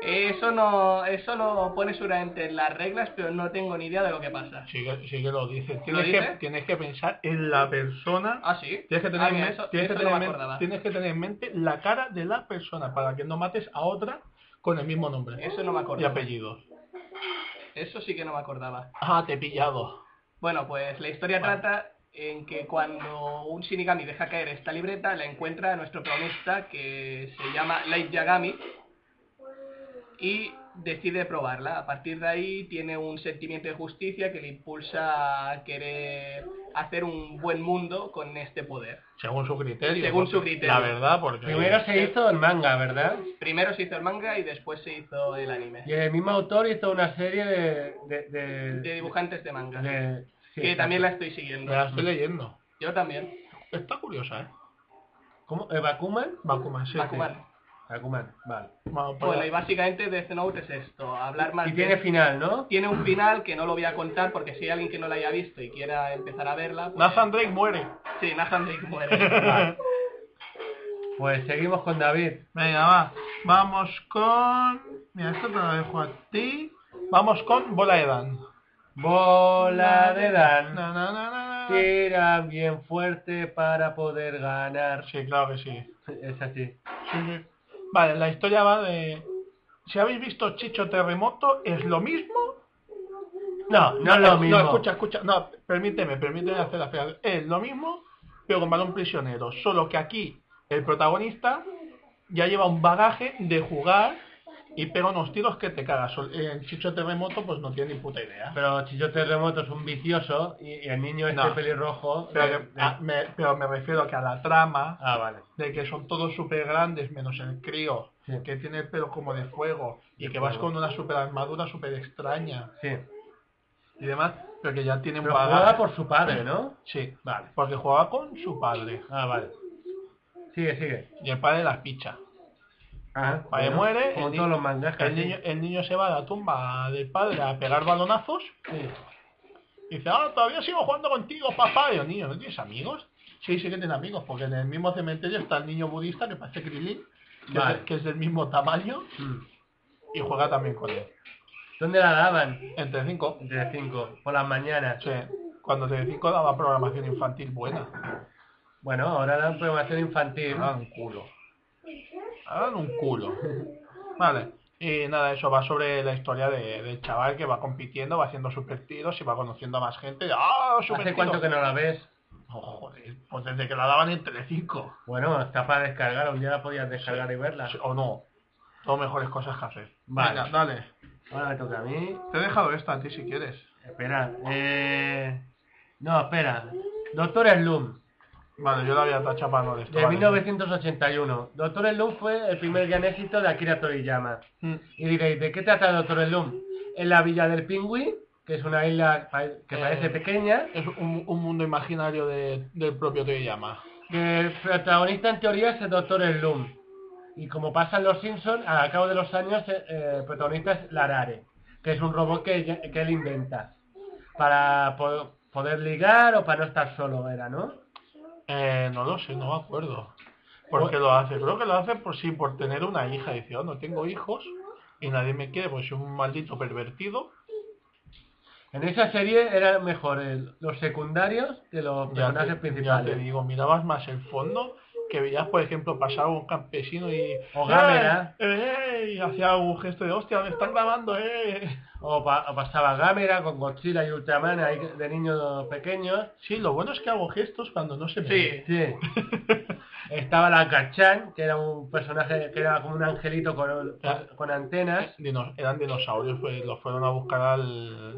Speaker 3: Eso no eso lo pone seguramente en las reglas, pero no tengo ni idea de lo que pasa.
Speaker 2: Sí que, sí que lo dices. Tienes,
Speaker 3: dice?
Speaker 2: que, tienes que pensar en la persona.
Speaker 3: Ah, sí.
Speaker 2: Tienes que, tener
Speaker 3: Ah,
Speaker 2: en
Speaker 3: mira,
Speaker 2: men-
Speaker 3: eso,
Speaker 2: tienes que
Speaker 3: eso
Speaker 2: tener
Speaker 3: no
Speaker 2: en
Speaker 3: me
Speaker 2: men-
Speaker 3: acordaba.
Speaker 2: tienes que tener en mente la cara de la persona para que no mates a otra con el mismo nombre
Speaker 3: Eso no me
Speaker 2: y
Speaker 3: acordaba.
Speaker 2: apellido.
Speaker 3: Eso sí que no me acordaba.
Speaker 2: Ah, te he pillado.
Speaker 3: Bueno, pues la historia trata en que cuando un Shinigami deja caer esta libreta, la encuentra nuestro protagonista que se llama Light Yagami y decide probarla. A partir de ahí tiene un sentimiento de justicia que le impulsa a querer hacer un buen mundo con este poder.
Speaker 2: Según su criterio.
Speaker 3: Según
Speaker 2: porque-
Speaker 3: su criterio.
Speaker 2: La verdad, porque...
Speaker 4: Primero se hizo el manga, ¿verdad?
Speaker 3: Primero se hizo el manga y después se hizo el anime.
Speaker 4: Y el mismo autor hizo una serie de... de, de,
Speaker 3: De dibujantes de manga.
Speaker 4: de-
Speaker 3: que
Speaker 4: sí, exacto.
Speaker 3: también la estoy
Speaker 2: Me
Speaker 3: siguiendo.
Speaker 2: la estoy leyendo.
Speaker 3: Yo también.
Speaker 2: Está curiosa, ¿eh?
Speaker 4: ¿Cómo? ¿Eh, ¿Bakuman?
Speaker 2: Bakuman, sí. sí.
Speaker 3: Bakuman.
Speaker 4: Bakuman, vale.
Speaker 2: Ma- para-
Speaker 3: Bueno, y básicamente Death Note es esto. Hablar más
Speaker 4: Y
Speaker 3: de-
Speaker 4: tiene final, ¿no?
Speaker 3: tiene un final que no lo voy a contar porque si hay alguien que no la haya visto y quiera empezar a verla, pues...
Speaker 2: Nathan Drake muere.
Speaker 3: Sí, Nathan Drake muere.
Speaker 4: Pues seguimos con David.
Speaker 2: Venga,
Speaker 3: Ah.
Speaker 2: va. Vamos con... Mira, esto te lo dejo a ti. Vamos con Bola Edan.
Speaker 4: Bola de Dan.
Speaker 2: Na, na, na, na, na.
Speaker 4: Tira bien fuerte para poder ganar.
Speaker 2: Sí, claro que sí.
Speaker 4: Es así.
Speaker 2: Sí, sí. Vale, la historia va de... Si habéis visto Chicho Terremoto, ¿es lo mismo?
Speaker 4: No, no es lo mismo.
Speaker 2: No, escucha, escucha. No, permíteme, permíteme hacer la explicación. Es lo mismo, pero con balón prisionero. Solo que aquí el protagonista ya lleva un bagaje de jugar y pega unos tiros que te cagas. Sol- En Chicho Terremoto pues no tiene ni puta idea.
Speaker 4: Pero Chicho Terremoto es un vicioso y, y el niño este
Speaker 2: No.
Speaker 4: pelirrojo...
Speaker 2: Pero,
Speaker 4: de-
Speaker 2: que-
Speaker 4: de-
Speaker 2: ah, me, pero me refiero que a la trama
Speaker 4: ah, vale.
Speaker 2: de que son todos súper grandes menos el crío
Speaker 4: Sí.
Speaker 2: que tiene el pelo como de fuego y
Speaker 4: De
Speaker 2: que vas
Speaker 4: fuego.
Speaker 2: con una super armadura súper extraña
Speaker 4: Sí.
Speaker 2: y demás pero que ya tiene un
Speaker 4: Pero
Speaker 2: bagaje
Speaker 4: jugada por su padre, ¿no?
Speaker 2: sí
Speaker 4: Vale.
Speaker 2: porque jugaba con su padre
Speaker 4: Ah, vale. Sigue, sigue.
Speaker 2: Y el padre las picha.
Speaker 4: Ah,
Speaker 2: Padre muere,
Speaker 4: Como
Speaker 2: el
Speaker 4: todos
Speaker 2: niño-
Speaker 4: los mangas.
Speaker 2: El
Speaker 4: casi.
Speaker 2: niño, el niño se va a la tumba del padre a pegar balonazos
Speaker 4: Sí.
Speaker 2: y dice, ah, todavía sigo jugando contigo, papá. Y yo, niño, ¿no tienes amigos? Sí, sí que tiene amigos, porque en el mismo cementerio está el niño budista que parece Krillin, que,
Speaker 4: Vale.
Speaker 2: es, que es del mismo tamaño,
Speaker 4: Mm.
Speaker 2: y juega también con él.
Speaker 4: ¿Dónde la daban?
Speaker 2: Entre 5.
Speaker 4: Entre 5, por las mañanas.
Speaker 2: Sí, cuando Entre 5 daba programación infantil buena. Ah,
Speaker 4: Bueno, ahora dan programación infantil.
Speaker 2: Ahora un culo. Ahora un culo. Vale. Y nada, eso va sobre la historia de- del chaval que va compitiendo, va haciendo super tiros y va conociendo a más gente. ¡Ah, super
Speaker 4: ¿Hace cuánto que no la ves?
Speaker 2: joder, pues desde que la daban en Telecinco.
Speaker 4: Bueno, está para descargar, un día la podías descargar y verla.
Speaker 2: O no. Son mejores cosas que hacer.
Speaker 4: Vale.
Speaker 2: Venga, dale.
Speaker 4: Ahora me toca a mí.
Speaker 2: Te he dejado esta a ti si quieres.
Speaker 4: Espera. Eh... No, espera. Doctor Slum,
Speaker 2: Vale, yo la había tachado para no de esto.
Speaker 4: de
Speaker 2: vale.
Speaker 4: 1981. Doctor Slum fue el primer gran éxito de Akira Toriyama.
Speaker 2: Mm,
Speaker 4: Y diréis, ¿de qué trata Doctor Slum? En la villa del Pingüí, que es una isla pa- que
Speaker 2: Eh,
Speaker 4: parece pequeña,
Speaker 2: Es un, un mundo imaginario de- del propio Toriyama.
Speaker 4: que el protagonista en teoría es el Doctor Slum. Y como pasan los Simpsons, al cabo de los años eh, eh, el protagonista es Larare, que es un robot que, ella- que él inventa. Para po- poder ligar o para no estar solo era, ¿no?
Speaker 2: Eh, no lo sé, no me acuerdo. ¿Por qué lo hace? Creo que lo hace por sí, por tener una hija. Dice, "Oh, no tengo hijos y nadie me quiere, pues soy un maldito pervertido.
Speaker 4: En esa serie eran mejor el- los secundarios que
Speaker 2: Ya
Speaker 4: los
Speaker 2: te,
Speaker 4: personajes
Speaker 2: ya te
Speaker 4: principales.
Speaker 2: digo, mirabas más el fondo que veías, por ejemplo, pasaba un campesino y...
Speaker 4: O Gamera.
Speaker 2: "Eh, eh", y hacía un gesto de, hostia, me están grabando, eh.
Speaker 4: O, pa- o pasaba Gamera con Godzilla y Ultraman ahí de niños pequeños.
Speaker 2: Sí, lo bueno es que hago gestos cuando no se me
Speaker 3: Sí.
Speaker 4: Sí. Estaba la Cachan, que era un personaje que era como un angelito con, con- con antenas.
Speaker 2: Dino- eran dinosaurios, pues los fueron a buscar al,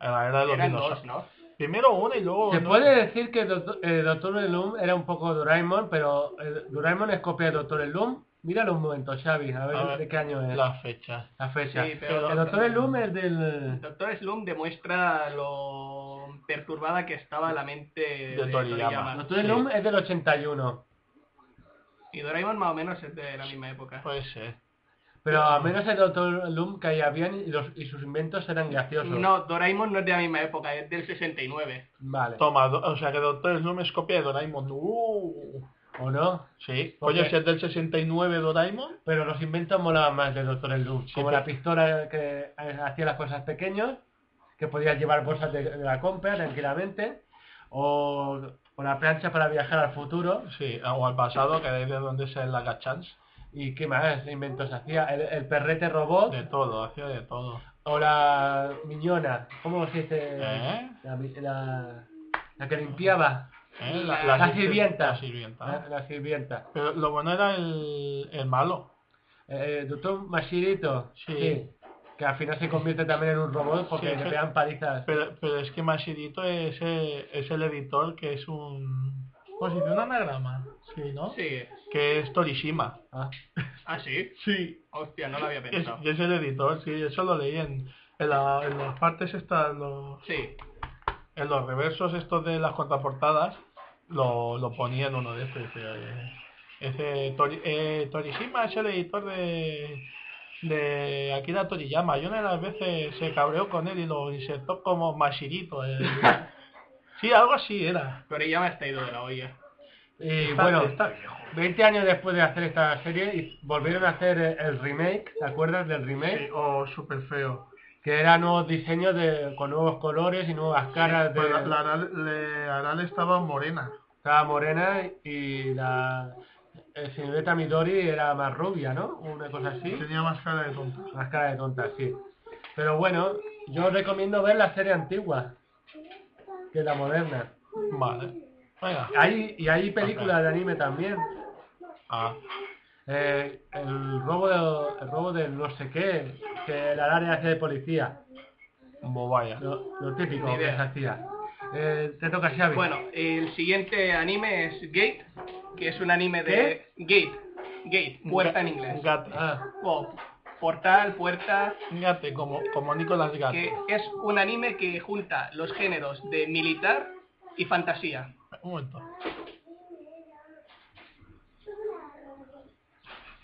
Speaker 2: a la era de los
Speaker 3: Eran
Speaker 2: dinosaurios.
Speaker 3: dos, ¿no?
Speaker 2: Primero uno y luego...
Speaker 4: Se
Speaker 2: Oh, no-
Speaker 4: puede decir que Doctor, eh, Doctor Elum era un poco Doraemon, pero eh, Doraemon es copia de Doctor Elum. Míralo un momento, Xavi, a ver,
Speaker 2: A ver,
Speaker 4: de qué año es
Speaker 2: Las fechas.
Speaker 4: la fecha.
Speaker 3: Sí, pero-
Speaker 4: el Doctor Elum es del...
Speaker 3: El doctor Slum demuestra lo perturbada que estaba la mente de,
Speaker 2: Toriyama.
Speaker 3: Toriyama.
Speaker 4: Doctor Elum es del 81.
Speaker 3: Y Doraemon más o menos es de la misma época.
Speaker 2: Puede ser.
Speaker 4: Pero al menos el Doctor Elum caía bien y, los, y sus inventos eran graciosos.
Speaker 3: No, Doraemon no es de la misma época, es del 69.
Speaker 4: Vale.
Speaker 2: Toma, do- o sea que Doctor Slum es copia de Doraemon. ¡Uh!
Speaker 4: ¿O no?
Speaker 2: Sí.
Speaker 4: ¿Por
Speaker 2: Coño,
Speaker 4: qué?
Speaker 2: si es del 69 Doraemon.
Speaker 4: Pero los inventos molaban más del Doctor Slum.
Speaker 2: Sí,
Speaker 4: como
Speaker 2: pero-
Speaker 4: la pistola que eh, hacía las cosas pequeños, que podías llevar bolsas de, de la compra tranquilamente, o, o la plancha para viajar al futuro,
Speaker 2: Sí, ah, o al pasado, que es de donde se la Gachans.
Speaker 4: y qué más inventos hacía, el, el perrete robot,
Speaker 2: De todo, hacía de todo.
Speaker 4: o la miñona, ¿cómo se dice?
Speaker 2: ¿Eh?
Speaker 4: La, mi- la- la que limpiaba,
Speaker 2: ¿Eh? La,
Speaker 4: la,
Speaker 2: sirvi-
Speaker 4: sirvienta.
Speaker 2: la sirvienta.
Speaker 4: La, la sirvienta.
Speaker 2: Pero lo bueno era el, el malo.
Speaker 4: Eh, el doctor Mashirito,
Speaker 2: Sí.
Speaker 4: que al final se convierte también en un robot porque
Speaker 2: Sí,
Speaker 4: le
Speaker 2: sí.
Speaker 4: pegan palizas.
Speaker 2: Pero, pero es que Mashirito es, eh, es el editor que es un... Pues dice un anagrama. Sí, ¿no?
Speaker 3: Sí.
Speaker 2: Que es Torishima.
Speaker 4: Ah.
Speaker 3: Ah, sí.
Speaker 2: Sí,
Speaker 3: Hostia, no lo había
Speaker 2: Es,
Speaker 3: pensado.
Speaker 2: es el editor, sí, eso lo leí en, en, la- en las partes estas, los,
Speaker 3: Sí.
Speaker 2: en los reversos estos de las contraportadas, lo, lo ponía en uno de estos. Dice, oye, ese Tori, eh, Torishima es el editor de, de Akira Toriyama. Y una de las veces se cabreó con él y lo insertó como Mashirito. el- sí, algo así era.
Speaker 3: Toriyama está ido de la olla.
Speaker 4: Y
Speaker 2: Está-
Speaker 4: bueno,
Speaker 2: está viejo.
Speaker 4: 20 años después de hacer esta serie y volvieron a hacer el- el remake, ¿te acuerdas del remake?
Speaker 2: Sí, o súper feo.
Speaker 4: Que eran nuevos diseños de, con nuevos colores y nuevas caras de
Speaker 2: Pues la, la Aral- le- Aral estaba morena.
Speaker 4: estaba morena y la eh, señorita Midori era más rubia, ¿no? Una cosa así.
Speaker 2: Tenía más cara de tonta.
Speaker 4: Más cara de tonta, sí. Pero bueno, yo os recomiendo ver la serie antigua que la moderna.
Speaker 2: Vale. Venga.
Speaker 4: Hay, y hay películas de anime también.
Speaker 2: Ah,
Speaker 4: Eh, el robo de, el robo del no sé qué, que la área hace de policía.
Speaker 2: Bobaya.
Speaker 4: Lo, lo típico
Speaker 3: Ni
Speaker 4: que
Speaker 3: idea.
Speaker 4: se hacía. Eh, te toca Xavi.
Speaker 3: Bueno, el siguiente anime es Gate, que es un anime de... Gate. Gate, puerta en inglés.
Speaker 2: Gate.
Speaker 4: Ah,
Speaker 3: O portal, puerta,
Speaker 2: Gate, como, como Nicolas Gate.
Speaker 3: que es un anime que junta los géneros de militar y fantasía.
Speaker 2: Un momento.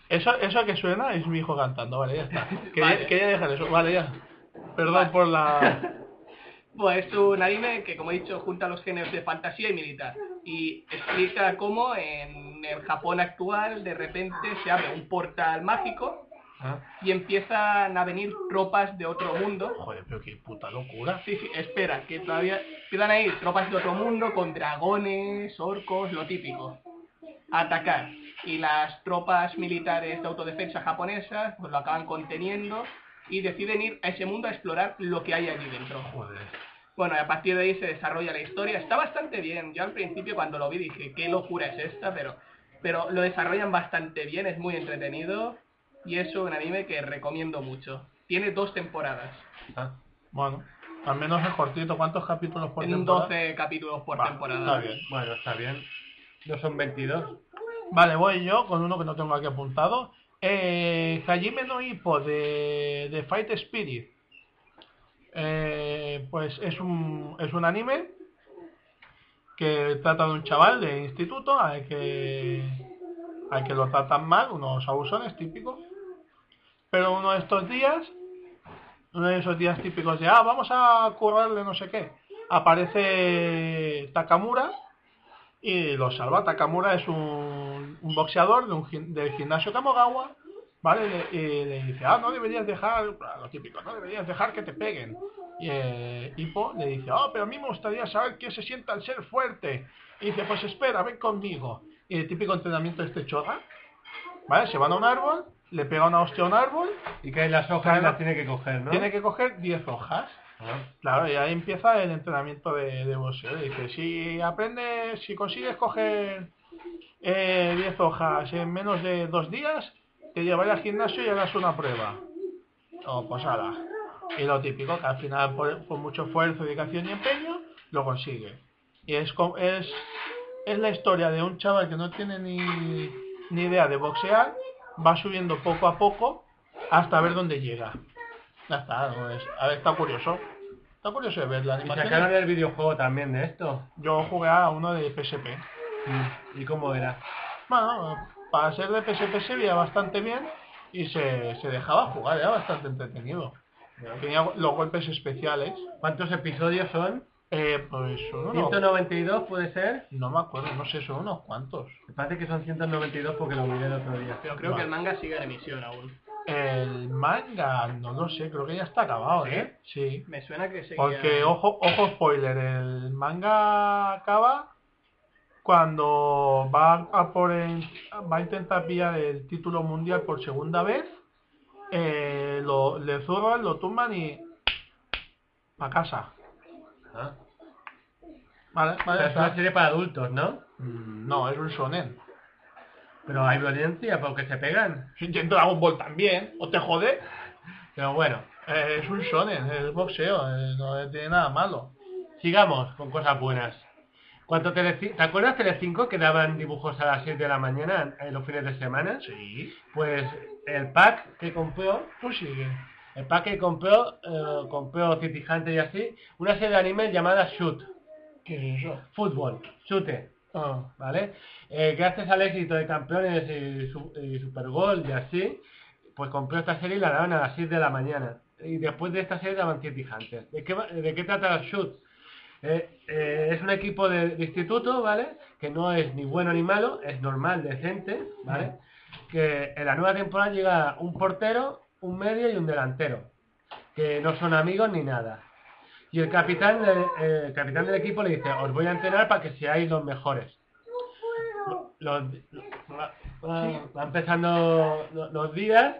Speaker 2: Eso, eso que suena es mi hijo cantando, vale, ya está. Quería,
Speaker 3: Vale.
Speaker 2: quería dejar eso, vale, ya. Perdón
Speaker 3: Vale.
Speaker 2: por la...
Speaker 3: Pues es un anime que, como he dicho, junta los géneros de fantasía y militar. Y explica cómo en el Japón actual de repente se abre un portal mágico
Speaker 4: ah.
Speaker 3: y empiezan a venir tropas de otro mundo
Speaker 2: Joder, pero qué puta locura.
Speaker 3: Sí, sí, espera, que todavía quedan ahí tropas de otro mundo con dragones, orcos, lo típico. A atacar. y las tropas militares de autodefensa japonesas pues lo acaban conteniendo y deciden ir a ese mundo a explorar lo que hay allí dentro.
Speaker 2: Joder.
Speaker 3: Bueno, y a partir de ahí se desarrolla la historia. Está bastante bien. Yo al principio cuando lo vi dije, qué locura es esta, pero, pero lo desarrollan bastante bien, es muy entretenido y es un anime que recomiendo mucho. Tiene dos temporadas,
Speaker 4: Ah,
Speaker 2: Bueno, al menos es cortito. ¿Cuántos capítulos por
Speaker 3: en
Speaker 2: temporada?
Speaker 3: 12 capítulos por
Speaker 2: Va,
Speaker 3: temporada.
Speaker 2: está bien.
Speaker 4: Bueno, está bien. No son 22.
Speaker 2: Vale, voy yo con uno que no tengo aquí apuntado. Eh, Hajime no Ippo de, de Fight Spirit. Eh, pues es un, es un anime que trata de un chaval de instituto al que, al que lo tratan mal, unos abusones típicos. Pero uno de estos días, uno de esos días típicos de, ah, vamos a currarle no sé qué, aparece Takamura y lo salva. Takamura es un, un boxeador de un gim- del gimnasio Kamogawa, ¿vale? Le- Y le dice, ah, no deberías dejar, lo típico, no deberías dejar que te peguen. Y eh, Hippo le dice, ah, pero a mí me gustaría saber qué se sienta al ser fuerte. Y dice, pues espera, ven conmigo. Y el típico entrenamiento de este chorra, ¿vale? Se van a un árbol, le pega una hostia a un árbol,
Speaker 4: Y que las hojas
Speaker 2: Claro.
Speaker 4: las tiene que coger, ¿no?
Speaker 2: tiene que coger 10 hojas.
Speaker 4: Ah,
Speaker 2: Claro, y ahí empieza el entrenamiento de, de boxeo. Dice, si aprendes, si consigues coger eh, 10 hojas en menos de dos días, te llevaré al gimnasio y harás una prueba. O posada. Y lo típico, que al final por- con mucho esfuerzo, dedicación y empeño, lo consigue. Y es, co- es, es la historia de un chaval que no tiene ni, ni idea de boxear, va subiendo poco a poco hasta ver dónde llega. Ya está, no es- a ver, está curioso. Está curioso de ver la
Speaker 4: Y
Speaker 2: animación.
Speaker 4: sacaron el videojuego también de esto.
Speaker 2: Yo jugué a uno de PSP.
Speaker 4: ¿Y cómo era?
Speaker 2: Bueno, para ser de PSP se veía bastante bien y se, se dejaba jugar, era bastante entretenido. Tenía los golpes especiales.
Speaker 4: ¿Cuántos episodios son?
Speaker 2: Eh, pues son unos-
Speaker 4: 192 puede ser.
Speaker 2: No me acuerdo, no sé, son unos cuantos.
Speaker 4: Me parece que son 192 porque lo miré el otro día.
Speaker 3: Pero creo
Speaker 2: Vale.
Speaker 3: que el manga sigue en emisión aún.
Speaker 2: El manga, no lo sé, creo que ya está acabado, ¿eh? Sí.
Speaker 3: Me suena que seguía...
Speaker 2: Porque, oh. ojo, ojo spoiler, el manga acaba cuando va a por el- va a intentar pillar el título mundial por segunda vez, eh, lo, le zurran, lo tumban y pa' casa.
Speaker 4: Ah.
Speaker 2: Vale,
Speaker 4: Pero
Speaker 2: vale,
Speaker 4: es una
Speaker 2: está.
Speaker 4: serie para adultos, ¿no?
Speaker 2: Mm, No, es un shonen.
Speaker 4: Pero hay violencia porque se pegan.
Speaker 2: Y en Dragon Ball también, o te jode.
Speaker 4: Pero bueno,
Speaker 2: Eh, es un shonen, es boxeo, eh, no tiene nada malo.
Speaker 4: sigamos con cosas buenas. ¿Cuánto Teleci- ¿Te acuerdas Telecinco que daban dibujos a las 6 de la mañana en los fines de semana?
Speaker 2: Sí.
Speaker 4: Pues el pack que compró,
Speaker 2: Tú sigue.
Speaker 4: el pack que compró, eh, compró City Hunter y así, una serie de anime llamada Shoot,
Speaker 2: ¿Qué es eso?
Speaker 4: fútbol, chute,
Speaker 2: Ah,
Speaker 4: ¿vale? Eh, gracias al éxito de campeones y, su- y Supergol y así, pues compró esta serie y la daban a las 6 de la mañana. Y después de esta serie daban City Hunter. ¿De qué, va- de qué trata Shoot? Eh, eh, es un equipo de, de instituto, ¿vale? Que no es ni bueno ni malo, es normal, decente, ¿vale? Que en la nueva temporada llega un portero, un medio y un delantero, que no son amigos ni nada. Y el capitán, de- eh, el capitán del equipo le dice, os voy a entrenar para que seáis los mejores. Los- va, va- va empezando lo- los días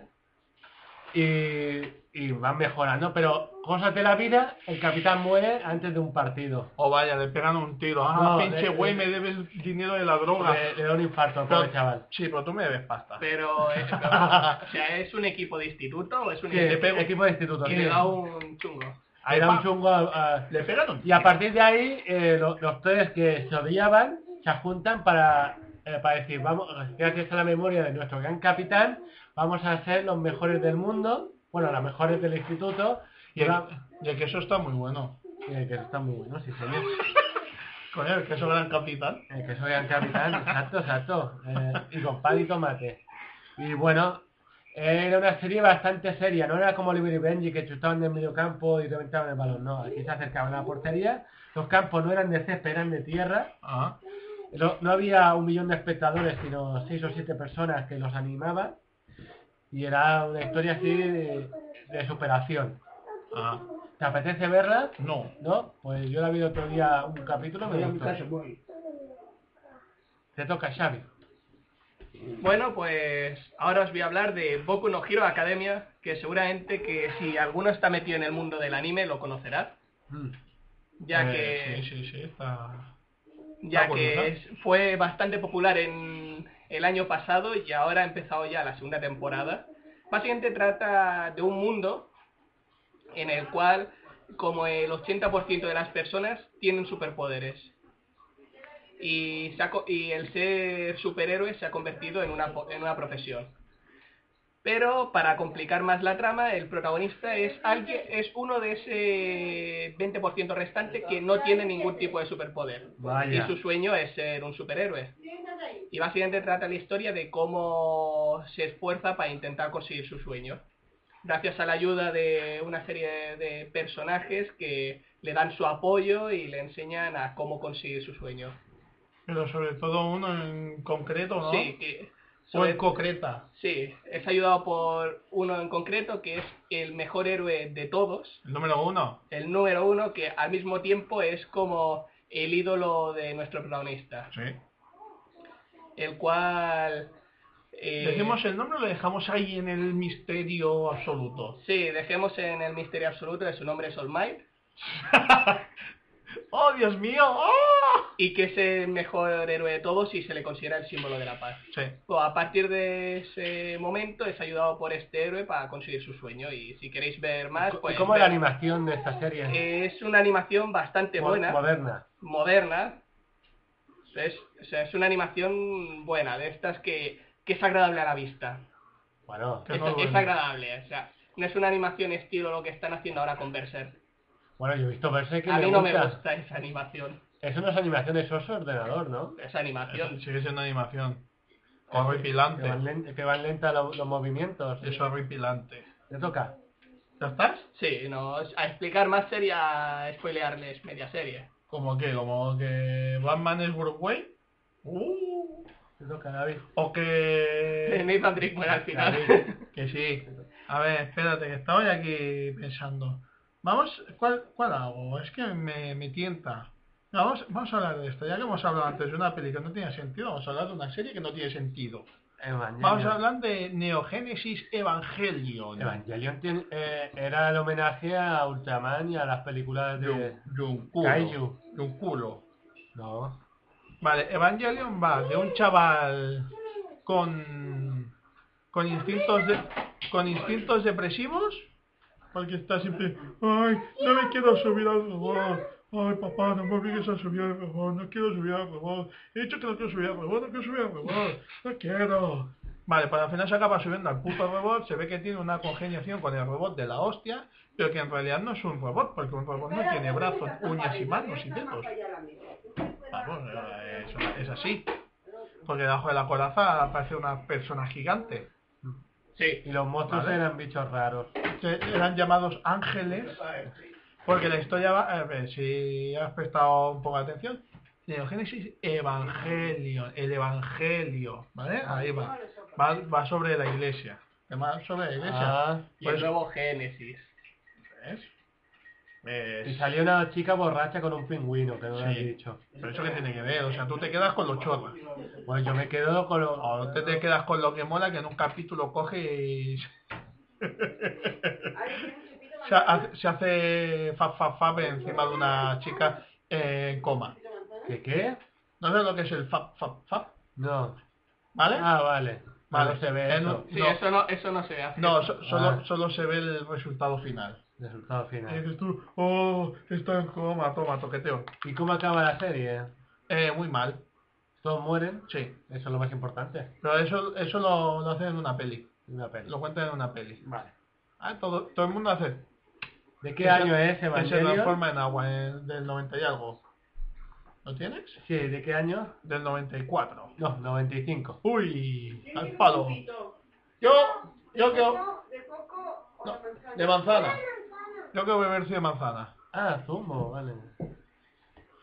Speaker 4: y, y van mejorando, pero cosas de la vida, el capitán muere antes de un partido.
Speaker 2: O vaya, le pegan un tiro. Ah,
Speaker 4: No,
Speaker 2: pinche
Speaker 4: le-
Speaker 2: güey,
Speaker 4: le-
Speaker 2: me debes dinero de la droga.
Speaker 4: Le, le da un infarto al pobre
Speaker 2: Pero-
Speaker 4: chaval.
Speaker 2: Sí, pero tú me debes pasta.
Speaker 3: Pero, eh, pero, o sea, ¿es un equipo de instituto o es un
Speaker 4: Sí,
Speaker 3: equipo-
Speaker 4: equipo de instituto.
Speaker 3: y
Speaker 4: sí.
Speaker 3: le da un chungo?
Speaker 4: Ahí da un chungo. a- a-
Speaker 2: Le pegan un
Speaker 4: Y a partir de ahí, eh, lo- los tres que se odiaban se juntan para, eh, para decir, vamos, gracias a la memoria de nuestro gran capitán, vamos a ser los mejores del mundo, bueno, los mejores del instituto,
Speaker 2: Y
Speaker 4: y
Speaker 2: el,
Speaker 4: va-
Speaker 2: y el queso está muy bueno.
Speaker 4: eh, que está muy bueno, sí señor.
Speaker 2: Coño, el queso gran capital.
Speaker 4: Eh, que soy el capitán, exacto, exacto. Eh, y con pan y tomate. Y bueno, era una serie bastante seria, no era como Liberty Benji que chutaban del medio campo y reventaban el balón, no. Aquí se acercaban a la portería, los campos no eran de césped, eran de tierra.
Speaker 2: Ah,
Speaker 4: No, no había un millón de espectadores, sino seis o siete personas que los animaban. Y era una historia así de, de superación.
Speaker 2: ah,
Speaker 4: ¿Te apetece verla?
Speaker 2: no.
Speaker 4: ¿No? Pues yo la vi el otro día un capítulo, me gustó. Te toca, Xavi.
Speaker 3: Bueno, pues ahora os voy a hablar de Boku no Hero Academia, que seguramente que si alguno está metido en el mundo del anime lo conocerá,
Speaker 2: Mm.
Speaker 3: ya
Speaker 2: Eh,
Speaker 3: que
Speaker 2: Sí, sí, sí, está...
Speaker 3: ya
Speaker 2: Está bonita.
Speaker 3: que es- fue bastante popular en el año pasado y ahora ha empezado ya la segunda temporada. Básicamente trata de un mundo en el cual como el 80% de las personas tienen superpoderes. Y, se ha co- y el ser superhéroe se ha convertido en una, po- en una profesión. Pero para complicar más la trama, el protagonista es alguien, es uno de ese 20% restante que no tiene ningún tipo de superpoder.
Speaker 4: Vaya.
Speaker 3: Y su sueño es ser un superhéroe. Y básicamente trata la historia de cómo se esfuerza para intentar conseguir su sueño. Gracias a la ayuda de una serie de personajes que le dan su apoyo y le enseñan a cómo conseguir su sueño.
Speaker 2: Pero sobre todo uno en concreto, ¿no?
Speaker 3: Sí, que-
Speaker 2: O
Speaker 3: sobre-
Speaker 2: en concreta.
Speaker 3: sí, es ayudado por uno en concreto que es el mejor héroe de todos,
Speaker 2: El número uno.
Speaker 3: el número uno que al mismo tiempo es como el ídolo de nuestro protagonista,
Speaker 2: Sí.
Speaker 3: el cual... eh,
Speaker 2: ¿Decimos el nombre o lo dejamos ahí en el misterio absoluto?
Speaker 3: Sí, dejemos en el misterio absoluto de su nombre es All Might,
Speaker 2: ¡Oh, Dios mío! ¡Oh!
Speaker 3: y que es el mejor héroe de todos y se le considera el símbolo de la paz.
Speaker 2: Sí.
Speaker 3: Bueno, a partir de ese momento es ayudado por este héroe para conseguir su sueño y si queréis ver más,
Speaker 4: ¿Y
Speaker 3: pues...
Speaker 4: cómo es la
Speaker 3: ver-
Speaker 4: animación de esta serie?
Speaker 3: Es una animación bastante
Speaker 4: Mo-
Speaker 3: buena,
Speaker 4: Moderna.
Speaker 3: moderna. Es, o sea, es una animación buena, de estas que, que es agradable a la vista.
Speaker 4: Bueno,
Speaker 2: Que
Speaker 3: Es,
Speaker 2: no
Speaker 3: es
Speaker 2: duele.
Speaker 3: agradable, o sea, no es una animación estilo lo que están haciendo ahora con Berserk.
Speaker 4: bueno, yo he visto verse que
Speaker 3: A
Speaker 4: me
Speaker 3: mí no me
Speaker 4: gusta.
Speaker 3: gusta esa animación,
Speaker 4: Eso no es animación, eso es ordenador, ¿no?
Speaker 3: esa
Speaker 2: Eso
Speaker 3: animación.
Speaker 2: Sigue siendo animación.
Speaker 4: Que van,
Speaker 2: Horripilante.
Speaker 4: lenta, que van lenta lo- los movimientos.
Speaker 2: Es horripilante.
Speaker 4: Te toca.
Speaker 2: ¿Ya estás?
Speaker 3: Sí, no, a explicar más sería spoilearles media serie.
Speaker 2: ¿Como que? ¿Como que Batman es Broadway? ¡Uh!
Speaker 4: Te toca, David.
Speaker 2: ¿O que...?
Speaker 3: Nathan Drake muere pues, al final.
Speaker 2: David, que sí. A ver, espérate, que estaba ya aquí pensando. Vamos, ¿cuál, cuál hago? Es que me, me tienta. No, Vamos, vamos a hablar de esto. Ya que hemos hablado antes de una peli que no tiene sentido, vamos a hablar de una serie que no tiene sentido.
Speaker 4: Evangelion.
Speaker 2: Vamos a hablar de Neogénesis Evangelion.
Speaker 4: Evangelion tiene- eh, era el homenaje a Ultraman y a las películas
Speaker 2: De un-
Speaker 4: de...
Speaker 2: de un culo.
Speaker 4: Kaiju.
Speaker 2: De un culo.
Speaker 4: No.
Speaker 2: Vale, Evangelion va de un chaval con con instintos de, con instintos depresivos porque está siempre ay no me quiero subir al robot ay papá no me obligues a subir al robot no quiero subir al robot he dicho que no quiero subir al robot no quiero subir al robot no quiero vale para al final se acaba subiendo al puto robot se ve que tiene una congeniación con el robot de la hostia pero que en realidad no es un robot porque un robot no tiene brazos uñas y manos y dedos Vamos, eh, es, es así. Porque debajo de la coraza aparece una persona gigante.
Speaker 3: Sí,
Speaker 4: Y los monstruos
Speaker 2: Vale.
Speaker 4: eran bichos raros.
Speaker 2: Que eran llamados ángeles. Porque la historia va... A ver, si has prestado un poco de atención. Neogénesis Evangelio. El Evangelio. ¿Vale? Ahí va. Va, va sobre la iglesia. Va sobre la iglesia.
Speaker 4: Ah,
Speaker 3: y
Speaker 2: Pues-
Speaker 3: el nuevo Génesis.
Speaker 2: ¿Ves?
Speaker 4: y
Speaker 2: ¿Ves?
Speaker 4: salió una chica borracha con un pingüino, que no lo has
Speaker 2: Sí.
Speaker 4: dicho.
Speaker 2: Pero eso que tiene que ver. O sea, tú te quedas con los chorros.
Speaker 4: Pues yo me quedo con los...
Speaker 2: O te, te quedas con lo que mola que en un capítulo coge y... se hace, se hace fab fab fab encima de una chica eh, en coma.
Speaker 4: ¿Qué qué?
Speaker 2: No sé lo que es el fab fab fab,
Speaker 4: No.
Speaker 2: ¿vale?
Speaker 4: Ah, vale.
Speaker 2: Vale.
Speaker 4: No se ve
Speaker 2: En
Speaker 4: eso.
Speaker 2: un-
Speaker 3: Sí,
Speaker 2: No.
Speaker 3: eso no, eso no se hace.
Speaker 2: no, so- solo,
Speaker 4: Ah.
Speaker 2: solo se ve el resultado final.
Speaker 4: Resultado
Speaker 2: Y
Speaker 4: final.
Speaker 2: dices tú, oh, está en coma, toma, toqueteo.
Speaker 4: ¿Y cómo acaba la serie?
Speaker 2: Eh, muy mal,
Speaker 4: ¿Todos mueren?
Speaker 2: sí.
Speaker 4: Eso es lo más importante.
Speaker 2: Pero eso, eso lo, lo hacen en una peli.
Speaker 4: Una peli.
Speaker 2: Lo cuentan en una peli.
Speaker 4: Vale.
Speaker 2: Ah, todo, todo el mundo hace.
Speaker 4: ¿De qué
Speaker 2: que se-
Speaker 4: año es
Speaker 2: que Se
Speaker 4: Evangelion?
Speaker 2: transforma en agua, en- del 90 y algo. ¿Lo tienes?
Speaker 4: Sí, ¿de qué año?
Speaker 2: Del 94.
Speaker 4: No, 95.
Speaker 2: Uy, al
Speaker 6: Al
Speaker 2: palo. Yo, yo quiero,
Speaker 6: ¿De coco o de manzana?
Speaker 2: de manzana. yo quiero beber cien manzanas.
Speaker 4: Ah, zumo, vale.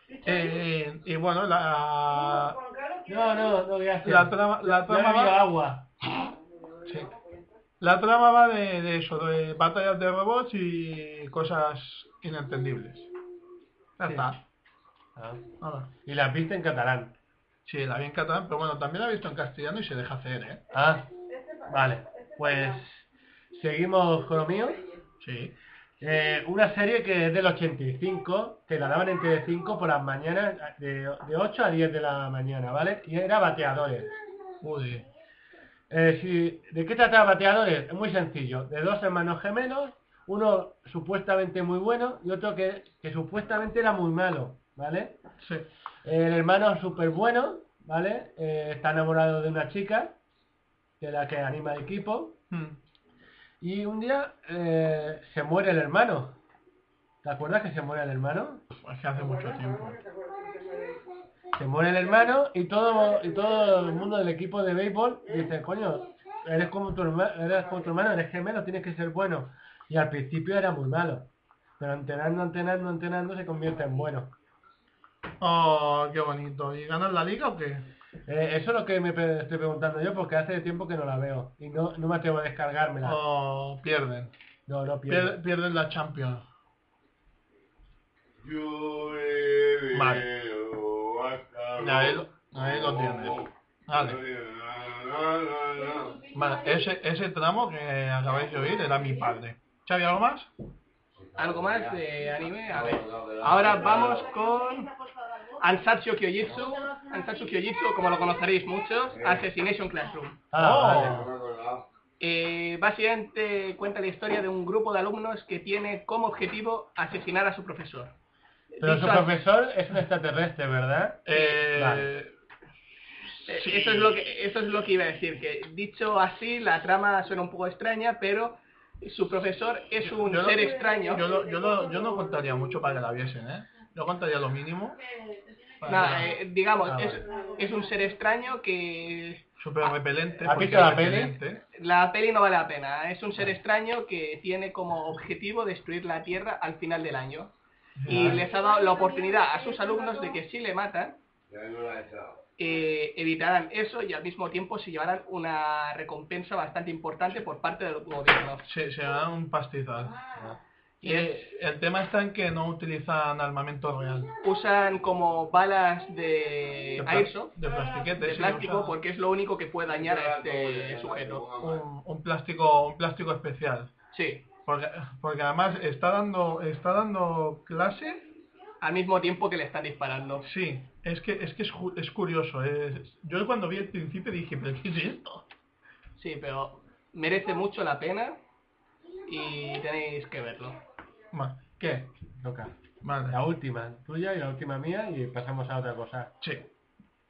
Speaker 2: Eh, y bueno, la,
Speaker 4: No, no, no, gracias.
Speaker 2: la trama, la
Speaker 4: Ya
Speaker 2: trama
Speaker 4: bebido
Speaker 2: va,
Speaker 4: agua.
Speaker 2: sí. la trama va de, de eso, de batallas de robots y cosas inentendibles. Ya
Speaker 4: Sí.
Speaker 2: está.
Speaker 4: Ah.
Speaker 2: Nada.
Speaker 4: Y la viste en catalán.
Speaker 2: Sí, la vi en catalán, pero bueno, también la he visto en castellano y se deja hacer, ¿eh?
Speaker 4: Ah, vale. Pues seguimos con lo mío.
Speaker 2: Sí.
Speaker 4: Eh, una serie que es del 85, que la daban en Telecinco por las mañanas de, de 8 a 10 de la mañana, ¿vale? Y era Bateadores.
Speaker 2: Uy,
Speaker 4: Eh, sí, ¿De qué trata Bateadores? Es muy sencillo. De dos hermanos gemelos, uno supuestamente muy bueno y otro que, que supuestamente era muy malo, ¿vale?
Speaker 2: sí.
Speaker 4: El hermano es súper bueno, ¿vale? Eh, está enamorado de una chica, de la que anima el equipo,
Speaker 2: Hmm.
Speaker 4: y un día eh, se muere el hermano. ¿Te acuerdas que se muere el hermano?
Speaker 2: Es que hace mucho tiempo.
Speaker 4: Se muere el hermano y todo, y todo el mundo del equipo de béisbol dice, coño, eres como tu hermano, eres como tu hermano, eres gemelo, tienes que ser bueno. Y al principio era muy malo. Pero entrenando, entrenando, entrenando se convierte en bueno.
Speaker 2: Oh, qué bonito. ¿Y ganan la liga o qué?
Speaker 4: Eh, eso es lo que me pre- estoy preguntando yo porque hace tiempo que no la veo. Y no, no me atrevo a descargármela.
Speaker 2: Oh, pierden.
Speaker 4: No, no
Speaker 2: Pier-
Speaker 4: pierdo.
Speaker 2: pierden la Champions.
Speaker 4: Vale.
Speaker 2: Ahí lo, ahí lo tienes. Vale. Vale, Ese, ese tramo que acabáis de oír era mi padre. ¿Xavi, algo más?
Speaker 3: ¿Algo más de anime? A ver. Ahora vamos con Ansatsu Kyojitsu. Ansatsu Kyojitsu, como lo conoceréis muchos, Assassination Classroom.
Speaker 4: Ah,
Speaker 2: Oh.
Speaker 4: vale.
Speaker 3: Eh, básicamente cuenta la historia de un grupo de alumnos que tiene como objetivo asesinar a su profesor.
Speaker 4: Pero su
Speaker 3: Dicho así-
Speaker 4: profesor es un extraterrestre, ¿verdad?
Speaker 2: Eh,
Speaker 4: Vale.
Speaker 3: Eh,
Speaker 2: Sí.
Speaker 3: Eso es lo que eso es lo que iba a decir, que dicho así la trama suena un poco extraña, pero su profesor es un
Speaker 2: yo lo-
Speaker 3: ser extraño.
Speaker 2: Yo, lo- yo, lo- yo no contaría mucho para que la viesen, ¿eh? Yo contaría lo mínimo. para que
Speaker 3: Nada,
Speaker 2: la-
Speaker 3: eh, digamos,
Speaker 2: Ah,
Speaker 3: es, es un ser extraño que
Speaker 2: Súper repelente.
Speaker 4: ¿Has
Speaker 2: porque
Speaker 4: visto la
Speaker 2: es
Speaker 4: peli?
Speaker 2: repelente.
Speaker 3: la peli no vale la pena, ¿eh? es un ser extraño que tiene como objetivo destruir la Tierra al final del año. Y les ha dado la oportunidad a sus alumnos de que si le matan, eh, evitarán eso y al mismo tiempo se llevarán una recompensa bastante importante por parte del gobierno.
Speaker 2: Se, se dan un pastizal.
Speaker 3: Ah. Y es-
Speaker 2: El tema está en que no utilizan armamento real.
Speaker 3: usan como balas de
Speaker 2: pla-
Speaker 3: airsoft,
Speaker 2: de plastiquete,
Speaker 3: de
Speaker 2: sí,
Speaker 3: plástico,
Speaker 2: usan
Speaker 3: porque es lo único que puede dañar a este sujeto.
Speaker 2: un, un plástico un plástico especial.
Speaker 3: Sí,
Speaker 2: Porque, porque además está dando está dando clase.
Speaker 3: al mismo tiempo que le están disparando.
Speaker 2: Sí, es que es que es, ju- es curioso. es- yo cuando vi el principio dije, pero ¿qué es esto?
Speaker 3: Sí, pero merece mucho la pena y tenéis que verlo.
Speaker 2: Ma- ¿Qué?
Speaker 4: Toca.
Speaker 2: Vale.
Speaker 4: La última tuya y la última mía y pasamos a otra cosa.
Speaker 2: Sí.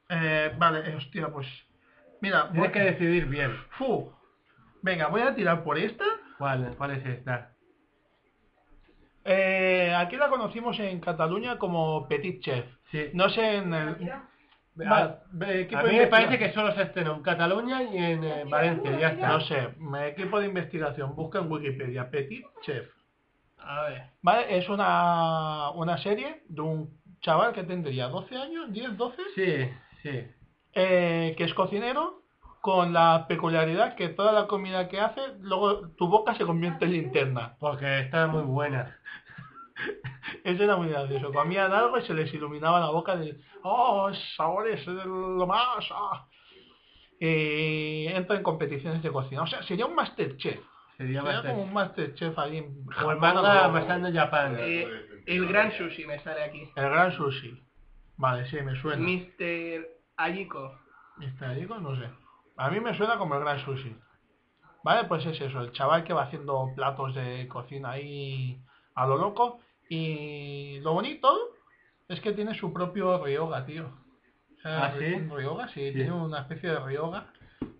Speaker 2: Eh, vale, eh, hostia, pues. Mira, voy-
Speaker 4: Tienes que decidir bien
Speaker 2: Fu. Venga, voy a tirar por esta.
Speaker 4: cuál, cuál es esta.
Speaker 2: Eh, aquí la conocimos en Cataluña como Petit Chef.
Speaker 4: Sí.
Speaker 2: No sé en el... eh,
Speaker 4: a,
Speaker 2: Va- ve-
Speaker 4: a
Speaker 2: equipo
Speaker 4: mí
Speaker 2: de
Speaker 4: me parece
Speaker 2: investigación.
Speaker 4: que solo se estrenó en Cataluña y en eh, Valencia, ya está.
Speaker 2: No sé, me- equipo de investigación, busca en Wikipedia Petit Chef.
Speaker 3: A ver.
Speaker 2: ¿Vale? Es una, una serie de un chaval que tendría 12 años, 10, 12,
Speaker 4: Sí, sí.
Speaker 2: eh, que es cocinero, con la peculiaridad que toda la comida que hace, luego tu boca se convierte en linterna.
Speaker 4: Porque está muy buena.
Speaker 2: Eso era muy gracioso. Comían algo y se les iluminaba la boca de, oh, sabores es lo más. ah". Y entra en competiciones de cocina. O sea, sería un Masterchef. Sería
Speaker 4: Sería
Speaker 2: como
Speaker 4: bastante.
Speaker 2: un Masterchef ahí en
Speaker 4: Como
Speaker 2: Japón,
Speaker 4: el manga
Speaker 2: o-
Speaker 4: Amasando Japan.
Speaker 3: Eh, el gran sushi me sale aquí.
Speaker 2: El gran sushi. Vale, sí, me suena.
Speaker 3: Mr. Ayiko.
Speaker 2: Mister Este, Digo, no sé. A mí me suena como el gran sushi. Vale, pues es eso, el chaval que va haciendo platos de cocina ahí a lo loco. Y lo bonito es que tiene su propio Ryoga, tío. O sea,
Speaker 4: ¿Ah, sí?
Speaker 2: Un Ryoga, sí,
Speaker 4: Sí.
Speaker 2: tiene una especie de Ryoga.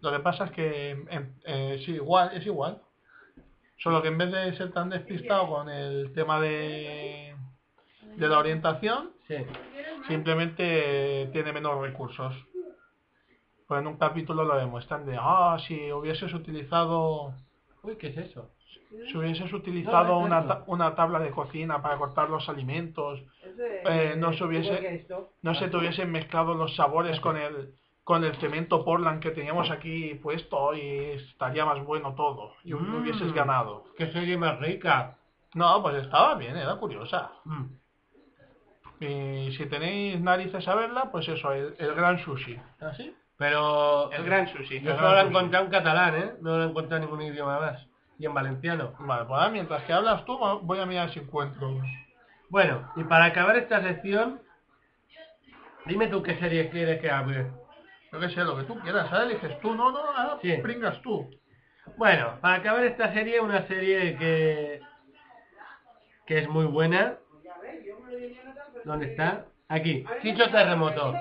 Speaker 2: Lo que pasa es que em, eh, sí, igual, es igual. Solo que en vez de ser tan despistado con el tema de, de la orientación,
Speaker 4: Sí.
Speaker 2: simplemente tiene menos recursos. Pues en un capítulo lo demuestran de, ah, si hubieses utilizado,
Speaker 4: Uy, ¿qué es eso?
Speaker 2: si hubieses utilizado
Speaker 4: No, no,
Speaker 2: una,
Speaker 4: no.
Speaker 2: ta- una tabla de cocina para cortar los alimentos, eh, no se hubiese, no se te hubiesen mezclado los sabores con el, con el cemento Portland que teníamos aquí puesto y estaría más bueno todo y hu-
Speaker 4: Mm.
Speaker 2: hubieses ganado.
Speaker 4: Que soy más rica.
Speaker 2: No, pues estaba bien, era curiosa.
Speaker 4: Mm.
Speaker 2: Y si tenéis narices a verla, pues eso, el, el gran sushi.
Speaker 3: ¿Ah, sí?
Speaker 4: Pero
Speaker 3: El gran sushi.
Speaker 4: yo
Speaker 2: el
Speaker 4: solo la he
Speaker 2: gran
Speaker 4: encontrado en catalán, ¿eh? No la he encontrado en ningún idioma más. Y en valenciano.
Speaker 2: Vale, pues ahora mientras que hablas tú, va- voy a mirar si encuentro.
Speaker 4: Bueno, y para acabar esta sección, dime tú qué serie quieres que hable.
Speaker 2: Yo qué sé, lo que tú quieras, ¿sabes? Dices tú, no, no, ahora
Speaker 4: Sí.
Speaker 2: pringas tú.
Speaker 4: Bueno, para acabar esta serie, una serie que, que es muy buena. ¿Dónde está? Aquí, Chicho Terremoto.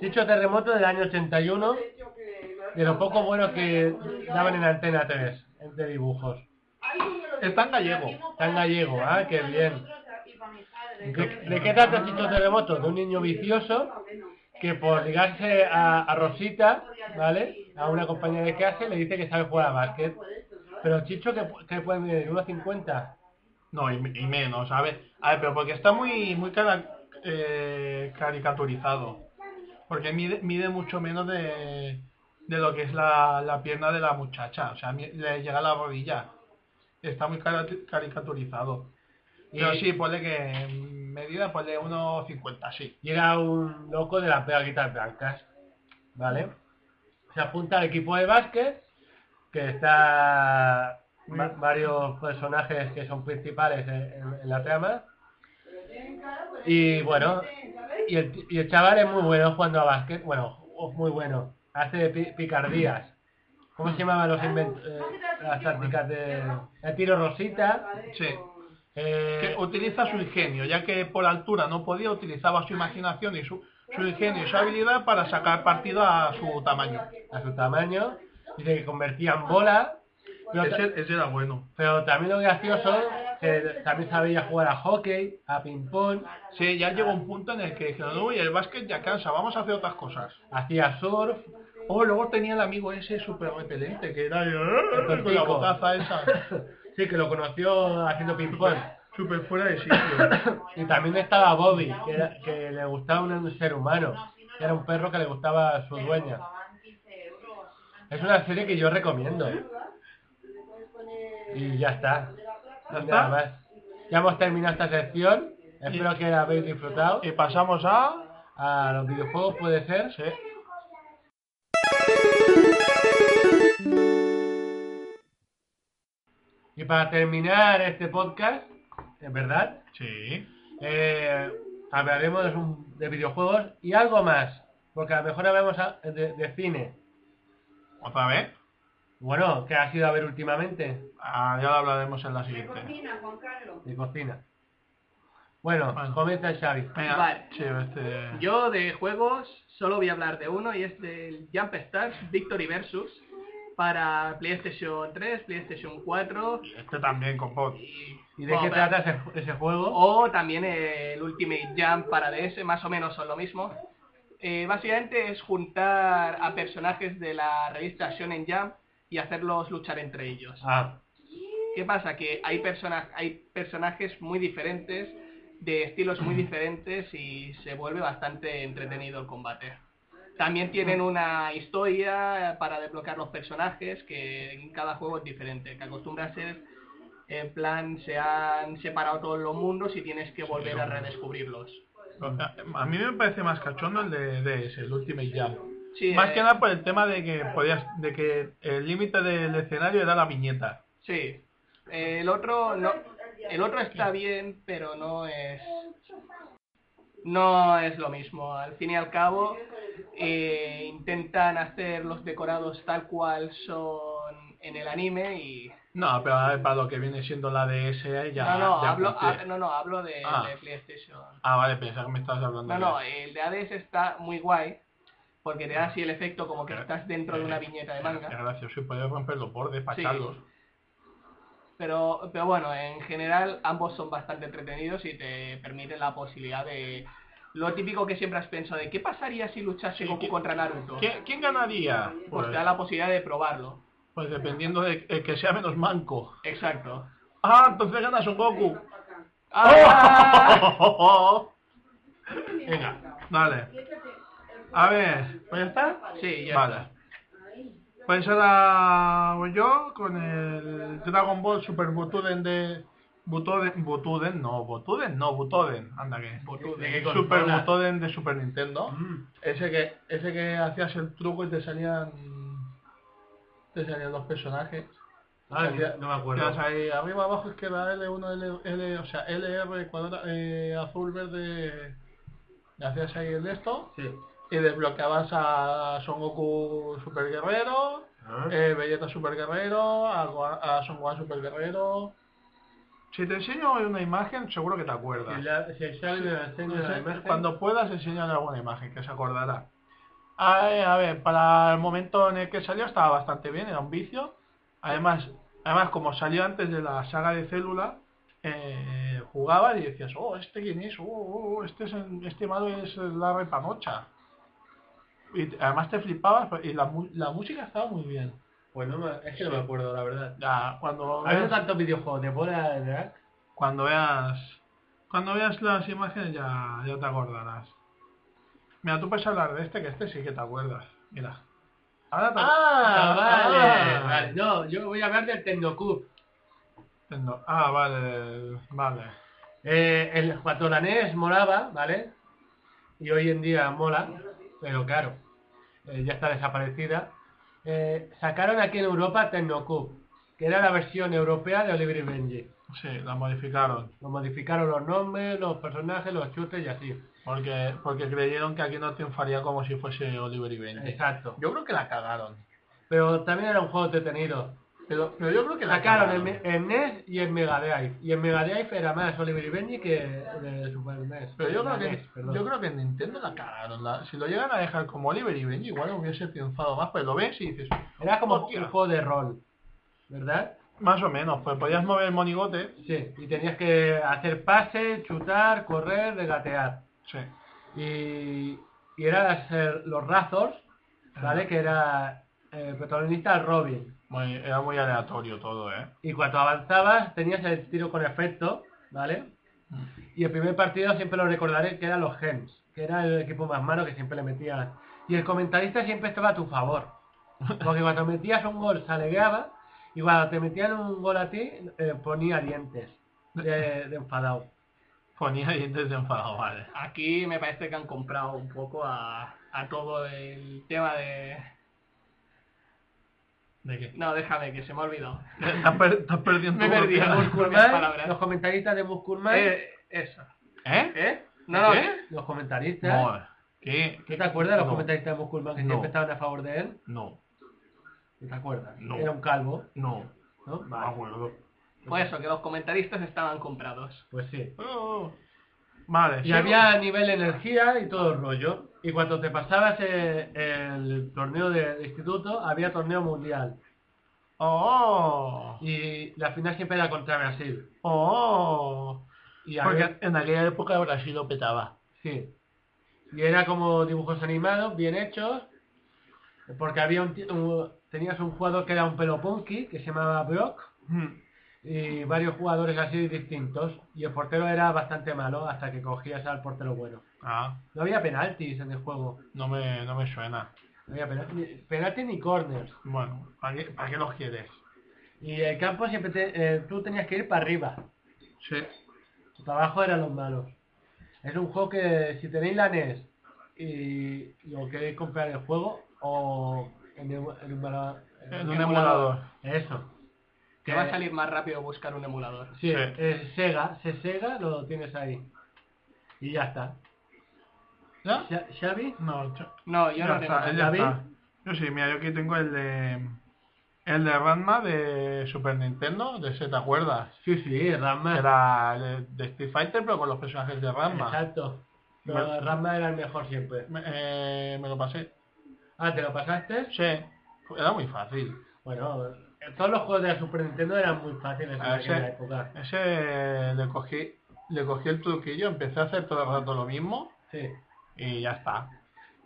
Speaker 4: Chicho Terremoto del año 81, de lo poco bueno que daban en Antena 3, de dibujos.
Speaker 2: Está en gallego.
Speaker 4: Está en gallego, ah, qué bien. ¿De, de qué trata Chicho Terremoto? De un niño vicioso que por ligarse a, a Rosita, ¿vale? A una compañera de clase le dice que sabe jugar a básquet. Pero Chicho, que, que puede medir 1,50.
Speaker 2: No, y, y menos, a ver, a ver, pero porque está muy muy cara- eh, caricaturizado. Porque mide, mide mucho menos de, de lo que es la, la pierna de la muchacha, o sea, mi- le llega a la rodilla. Está muy cara- caricaturizado. Pero
Speaker 4: Y-
Speaker 2: sí, ponle que en medida, ponle 1,50, sí.
Speaker 4: Y era un loco de las pegaquitas blancas, ¿vale? Se apunta al equipo de básquet, que está va- varios personajes que son principales en, en- en la trama.
Speaker 6: pues,
Speaker 4: Y bueno, y el, ti- y el chaval es muy bueno jugando a básquet, bueno, o- muy bueno, hace pi- picardías. ¿Cómo se llamaban los inven- eh, las tácticas de, de tiro rosita?
Speaker 2: Sí.
Speaker 4: eh,
Speaker 2: Que utiliza su ingenio, ya que por altura no podía, utilizaba su imaginación y su, su ingenio y su habilidad para sacar partido a su tamaño.
Speaker 4: a su tamaño, dice que convertía en bola, pero, ta-
Speaker 2: Ese, ese era bueno.
Speaker 4: pero también lo gracioso, que también sabía jugar a hockey, a ping-pong,
Speaker 2: Sí, ya llegó un punto en el que dijeron, uy, el básquet ya cansa, vamos a hacer otras cosas.
Speaker 4: hacía surf,
Speaker 2: Oh, luego tenía el amigo ese súper repelente, que era
Speaker 4: El
Speaker 2: el... con la
Speaker 4: tortico.
Speaker 2: botaza esa,
Speaker 4: sí, que lo conoció haciendo ping-pong.
Speaker 2: súper fuera de sitio.
Speaker 4: Y también estaba Bobby, que, era- que le gustaba un, un ser humano, que era un perro que le gustaba a su dueña. Es una serie que yo recomiendo. ¿eh? Y ya está.
Speaker 2: ¿Ya
Speaker 4: Y nada
Speaker 2: está?
Speaker 4: más. Ya hemos terminado esta sección. Espero que la habéis disfrutado.
Speaker 2: Y pasamos a...
Speaker 4: A los videojuegos puede ser.
Speaker 2: Sí.
Speaker 4: Y para terminar este podcast, en verdad,
Speaker 2: Sí.
Speaker 4: eh, hablaremos de, un- de videojuegos y algo más, porque a lo mejor hablamos a- de, de cine.
Speaker 2: ¿Otra vez?
Speaker 4: Bueno, ¿qué has ido a ver últimamente?
Speaker 2: Ah, ya lo hablaremos en la siguiente.
Speaker 6: Cocina, Juan Carlos.
Speaker 4: De cocina. Bueno,
Speaker 2: Bueno.
Speaker 4: comienza el Xavi.
Speaker 2: Venga,
Speaker 3: Vale.
Speaker 2: sí, este...
Speaker 3: Yo de juegos solo voy a hablar de uno y es del Jump Stars Victory Versus para PlayStation 3, PlayStation 4
Speaker 2: este también, compot.
Speaker 3: y...
Speaker 4: ¿Y de
Speaker 3: bueno,
Speaker 4: qué
Speaker 3: pero-
Speaker 4: trata ese, ese juego?
Speaker 3: O también eh, el Ultimate Jump para DS, más o menos son lo mismo. Eh, básicamente es juntar a personajes de la revista Shonen Jump y hacerlos luchar entre ellos.
Speaker 4: Ah,
Speaker 3: ¿Qué pasa? Que hay, persona- hay personajes muy diferentes, de estilos muy diferentes y se vuelve bastante entretenido el combate. También tienen una historia para desbloquear los personajes que en cada juego es diferente, que acostumbra a ser en plan se han separado todos los mundos y tienes que volver a redescubrirlos.
Speaker 2: A a mí me parece más cachondo el de, de ese, el Ultimate Jam.
Speaker 3: Sí,
Speaker 2: Más
Speaker 3: eh,
Speaker 2: que nada por el tema de que podías, de que el límite del escenario era la viñeta.
Speaker 3: Sí. El otro no, el otro está bien, pero no es no es lo mismo. Al fin y al cabo eh, intentan hacer los decorados tal cual son en el anime y
Speaker 2: No, pero a ver, para lo que viene siendo la DS ya.
Speaker 3: no no
Speaker 2: ya
Speaker 3: hablo
Speaker 2: cumple.
Speaker 3: hab- no no hablo de,
Speaker 2: Ah.
Speaker 3: de PlayStation.
Speaker 2: Ah, vale, pensaba que me estabas hablando.
Speaker 3: No
Speaker 2: de-
Speaker 3: no el de ADS está muy guay porque te da así el efecto como que
Speaker 2: Pero-
Speaker 3: estás dentro de una viñeta de manga.
Speaker 2: Es gracioso, y podías romper los bordes, pacharlos.
Speaker 3: Pero, pero bueno, en general ambos son bastante entretenidos y te permiten la posibilidad de lo típico que siempre has pensado de qué pasaría si luchase
Speaker 2: Sí,
Speaker 3: Goku
Speaker 2: ¿qué-
Speaker 3: contra Naruto.
Speaker 2: ¿Qui- ¿Quién ganaría?
Speaker 3: Pues
Speaker 2: Pues,
Speaker 3: te da la posibilidad de probarlo.
Speaker 2: pues dependiendo de el que sea menos manco.
Speaker 3: Exacto.
Speaker 2: Ah, entonces ganas un Goku.
Speaker 4: ¡Oh!
Speaker 3: ¡Ah!
Speaker 2: Venga, dale. A ver, ¿pues ya está?
Speaker 3: Sí, ya
Speaker 2: Vale. Pues ahora voy yo con el Dragon Ball Super Buturen de Butoden, Butuden, no, Botuden, no, Butoden, anda que.
Speaker 3: Botuden.
Speaker 4: ¿De qué
Speaker 2: Super
Speaker 4: consola?
Speaker 2: Butoden de Super Nintendo.
Speaker 4: Mm.
Speaker 2: Ese que, ese que hacías el truco y te salían. Te salían los personajes.
Speaker 4: Ah,
Speaker 2: Te hacía-
Speaker 4: no me
Speaker 2: te das
Speaker 4: acuerdo.
Speaker 2: ahí eh, arriba, abajo, izquierda, L1, L, L, o sea, LR, cuadrado, eh, azul, verde. Le hacías ahí el esto.
Speaker 4: Sí.
Speaker 2: Y desbloqueabas a Son Goku Super Guerrero,
Speaker 4: Ah.
Speaker 2: eh, Vegeta Super Guerrero, a, Gohan- a Son Gohan Super Guerrero. Si te enseño una imagen, seguro que te acuerdas.
Speaker 4: Si la- si el Xavi me la enseña la
Speaker 2: Entonces,
Speaker 4: imagen-
Speaker 2: Cuando puedas, enseñar alguna imagen que se acordará. A ver, a ver, para el momento en el que salió estaba bastante bien, era un vicio. Además, además como salió antes de la saga de célula, eh, jugabas y decías, oh, este quién es, oh, oh, oh, este, es el- este malo es la repanocha. Y te- además te flipabas y la, mu- la música estaba muy bien.
Speaker 4: Pues no me- es que no me acuerdo, la verdad.
Speaker 2: La- cuando,
Speaker 4: Ha habido
Speaker 2: veas,
Speaker 4: tantos videojuegos de bola de drag.
Speaker 2: cuando veas cuando veas las imágenes ya, ya te acordarás. Mira, tú puedes hablar de este, que este sí que te acuerdas. Mira. Ahora te-
Speaker 4: Ah, vale,
Speaker 2: ah.
Speaker 4: vale. No, yo voy a hablar del Tecnocube.
Speaker 2: Nintendo. Ah, vale, vale.
Speaker 4: Eh, el cuando la NES molaba, ¿vale? Y hoy en día mola, pero claro, eh, ya está desaparecida. Eh, sacaron aquí en Europa Tecnocube, que era la versión europea de Oliver y Benji.
Speaker 2: Sí, la modificaron.
Speaker 4: Lo modificaron los nombres, los personajes, los chutes y así.
Speaker 2: Porque, porque creyeron que aquí no triunfaría como si fuese Oliver y Benji.
Speaker 4: Exacto.
Speaker 2: Yo creo que la cagaron.
Speaker 4: Pero también era un juego entretenido.
Speaker 2: Pero, pero yo creo que la
Speaker 4: Sacaron el,
Speaker 2: cagaron.
Speaker 4: Me- el NES y el Mega Drive. Y el Mega Drive era más Oliver y Benji que el Super NES.
Speaker 2: Pero yo
Speaker 4: La
Speaker 2: creo, que,
Speaker 4: NES, perdón.
Speaker 2: yo creo que Nintendo la cagaron. la- si lo llegan a dejar como Oliver y Benji, igual hubiese triunfado más. Pues lo ves y dices,
Speaker 4: Era como
Speaker 2: Hostia.
Speaker 4: un juego de rol, ¿verdad?
Speaker 2: Más o menos, pues podías mover el monigote.
Speaker 4: Sí, y tenías que hacer pases, chutar, correr, regatear.
Speaker 2: Sí.
Speaker 4: Y, y eran las, eh, los Razors, ¿vale? Que era eh, el protagonista Robin.
Speaker 2: Muy- era muy aleatorio todo, ¿eh?
Speaker 4: Y cuando avanzabas tenías el tiro con efecto, ¿vale? Y el primer partido siempre lo recordaré que era los Gems, que era el equipo más malo que siempre le metías. Y el comentarista siempre estaba a tu favor. Porque cuando metías un gol se alegraba y cuando te metían un gol a ti eh, ponía dientes de, de enfadado.
Speaker 2: Ponía dientes de enfado, vale.
Speaker 3: Aquí me parece que han comprado un poco a, a todo el tema de...
Speaker 2: ¿De qué?
Speaker 3: No, déjame, que se me ha olvidado.
Speaker 2: Estás, per- estás perdiendo
Speaker 3: Me he perdido.
Speaker 2: velocidad.
Speaker 3: Con
Speaker 4: Buscurman,
Speaker 3: propias palabras.
Speaker 4: los comentaristas de Buscurman,
Speaker 3: Eh, eso.
Speaker 2: ¿Eh?
Speaker 3: ¿Eh? No, no,
Speaker 2: ¿Qué?
Speaker 4: los comentaristas,
Speaker 2: No, eh. ¿Qué?
Speaker 4: ¿no te acuerdas de los
Speaker 2: No.
Speaker 4: comentaristas de Buscurman que
Speaker 2: No.
Speaker 4: siempre estaban a favor de él?
Speaker 2: No,
Speaker 4: ¿No te acuerdas?
Speaker 2: No.
Speaker 4: Era un calvo,
Speaker 2: no,
Speaker 4: ¿no?
Speaker 2: no me acuerdo.
Speaker 3: Pues eso, que los comentaristas estaban comprados.
Speaker 4: Pues sí.
Speaker 2: Oh. Vale,
Speaker 4: Y
Speaker 2: sigo.
Speaker 4: había nivel energía y todo el rollo. Y cuando te pasabas eh, el torneo de, de instituto, había torneo mundial.
Speaker 2: ¡Oh!
Speaker 4: Y la final siempre era contra Brasil.
Speaker 2: ¡Oh!
Speaker 4: Y
Speaker 2: Porque
Speaker 4: había-
Speaker 2: en aquella época Brasil lo petaba.
Speaker 4: sí. Y era como dibujos animados, bien hechos. Porque había un, ti- un- tenías un jugador que era un pelo punky, que se llamaba Brock.
Speaker 2: Hmm.
Speaker 4: Y varios jugadores así distintos. Y el portero era bastante malo hasta que cogías al portero bueno.
Speaker 2: Ah,
Speaker 4: No había penaltis en el juego.
Speaker 2: no me, no me suena.
Speaker 4: No había penaltis ni, penaltis ni corners.
Speaker 2: Bueno, ¿para qué, para qué los quieres?
Speaker 4: Y el campo siempre te- eh, tú tenías que ir para arriba.
Speaker 2: Sí.
Speaker 4: Para abajo eran los malos. Es un juego que si tenéis la NES y, y o queréis comprar el juego o en, el- en un, mala- en
Speaker 2: En
Speaker 4: un
Speaker 2: un
Speaker 4: emulador.
Speaker 2: emulador.
Speaker 4: Eso.
Speaker 3: Que
Speaker 4: Eh,
Speaker 3: va a salir más rápido buscar un emulador.
Speaker 4: Sí,
Speaker 2: Sí.
Speaker 4: eh, Sega, se Sega lo tienes ahí. Y ya está.
Speaker 2: ¿Ya?
Speaker 4: Xa- Xavi,
Speaker 2: No, cha-
Speaker 3: No, yo
Speaker 2: ya
Speaker 3: no tengo.
Speaker 2: está, ya
Speaker 4: ¿David?
Speaker 2: está. Yo sí, mira, yo aquí tengo el de el de Ranma de Super Nintendo, de ese, ¿te acuerdas?
Speaker 4: sí, sí, Rama.
Speaker 2: Era de, de Street Fighter, pero con los personajes de Ranma.
Speaker 4: Exacto.
Speaker 2: Bueno.
Speaker 4: Pero Rama era el mejor siempre.
Speaker 2: Me, eh, me lo pasé.
Speaker 4: Ah, ¿te lo pasaste?
Speaker 2: Sí, era muy fácil.
Speaker 4: Bueno, eh, todos los juegos de la Super Nintendo eran muy fáciles en
Speaker 2: Ah,
Speaker 4: aquella
Speaker 2: sí.
Speaker 4: época.
Speaker 2: Ese le cogí, le cogí el truquillo, empecé a hacer todo el rato lo mismo
Speaker 4: Sí.
Speaker 2: y ya está.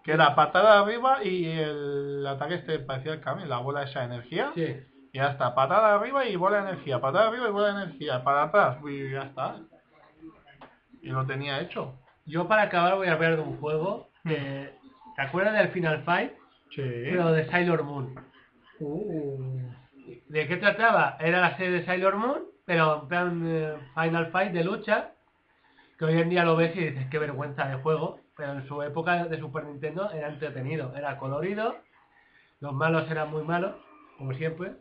Speaker 2: Que era patada arriba y el ataque este parecía el cambio, la bola esa de energía.
Speaker 4: Sí.
Speaker 2: Y ya está, patada arriba y bola de energía, patada arriba y bola de energía, para atrás, y ya está. Y lo tenía hecho. Mm.
Speaker 4: Yo para acabar voy a hablar de un juego que... ¿Te acuerdas del Final Fight?
Speaker 2: Sí. Uh.
Speaker 4: Pero de Sailor Moon. ¿De qué trataba? Era la serie de Sailor Moon pero en plan eh, Final Fight de lucha, que hoy en día lo ves y dices qué vergüenza de juego, pero en su época de Super Nintendo era entretenido, era colorido, los malos eran muy malos, como siempre,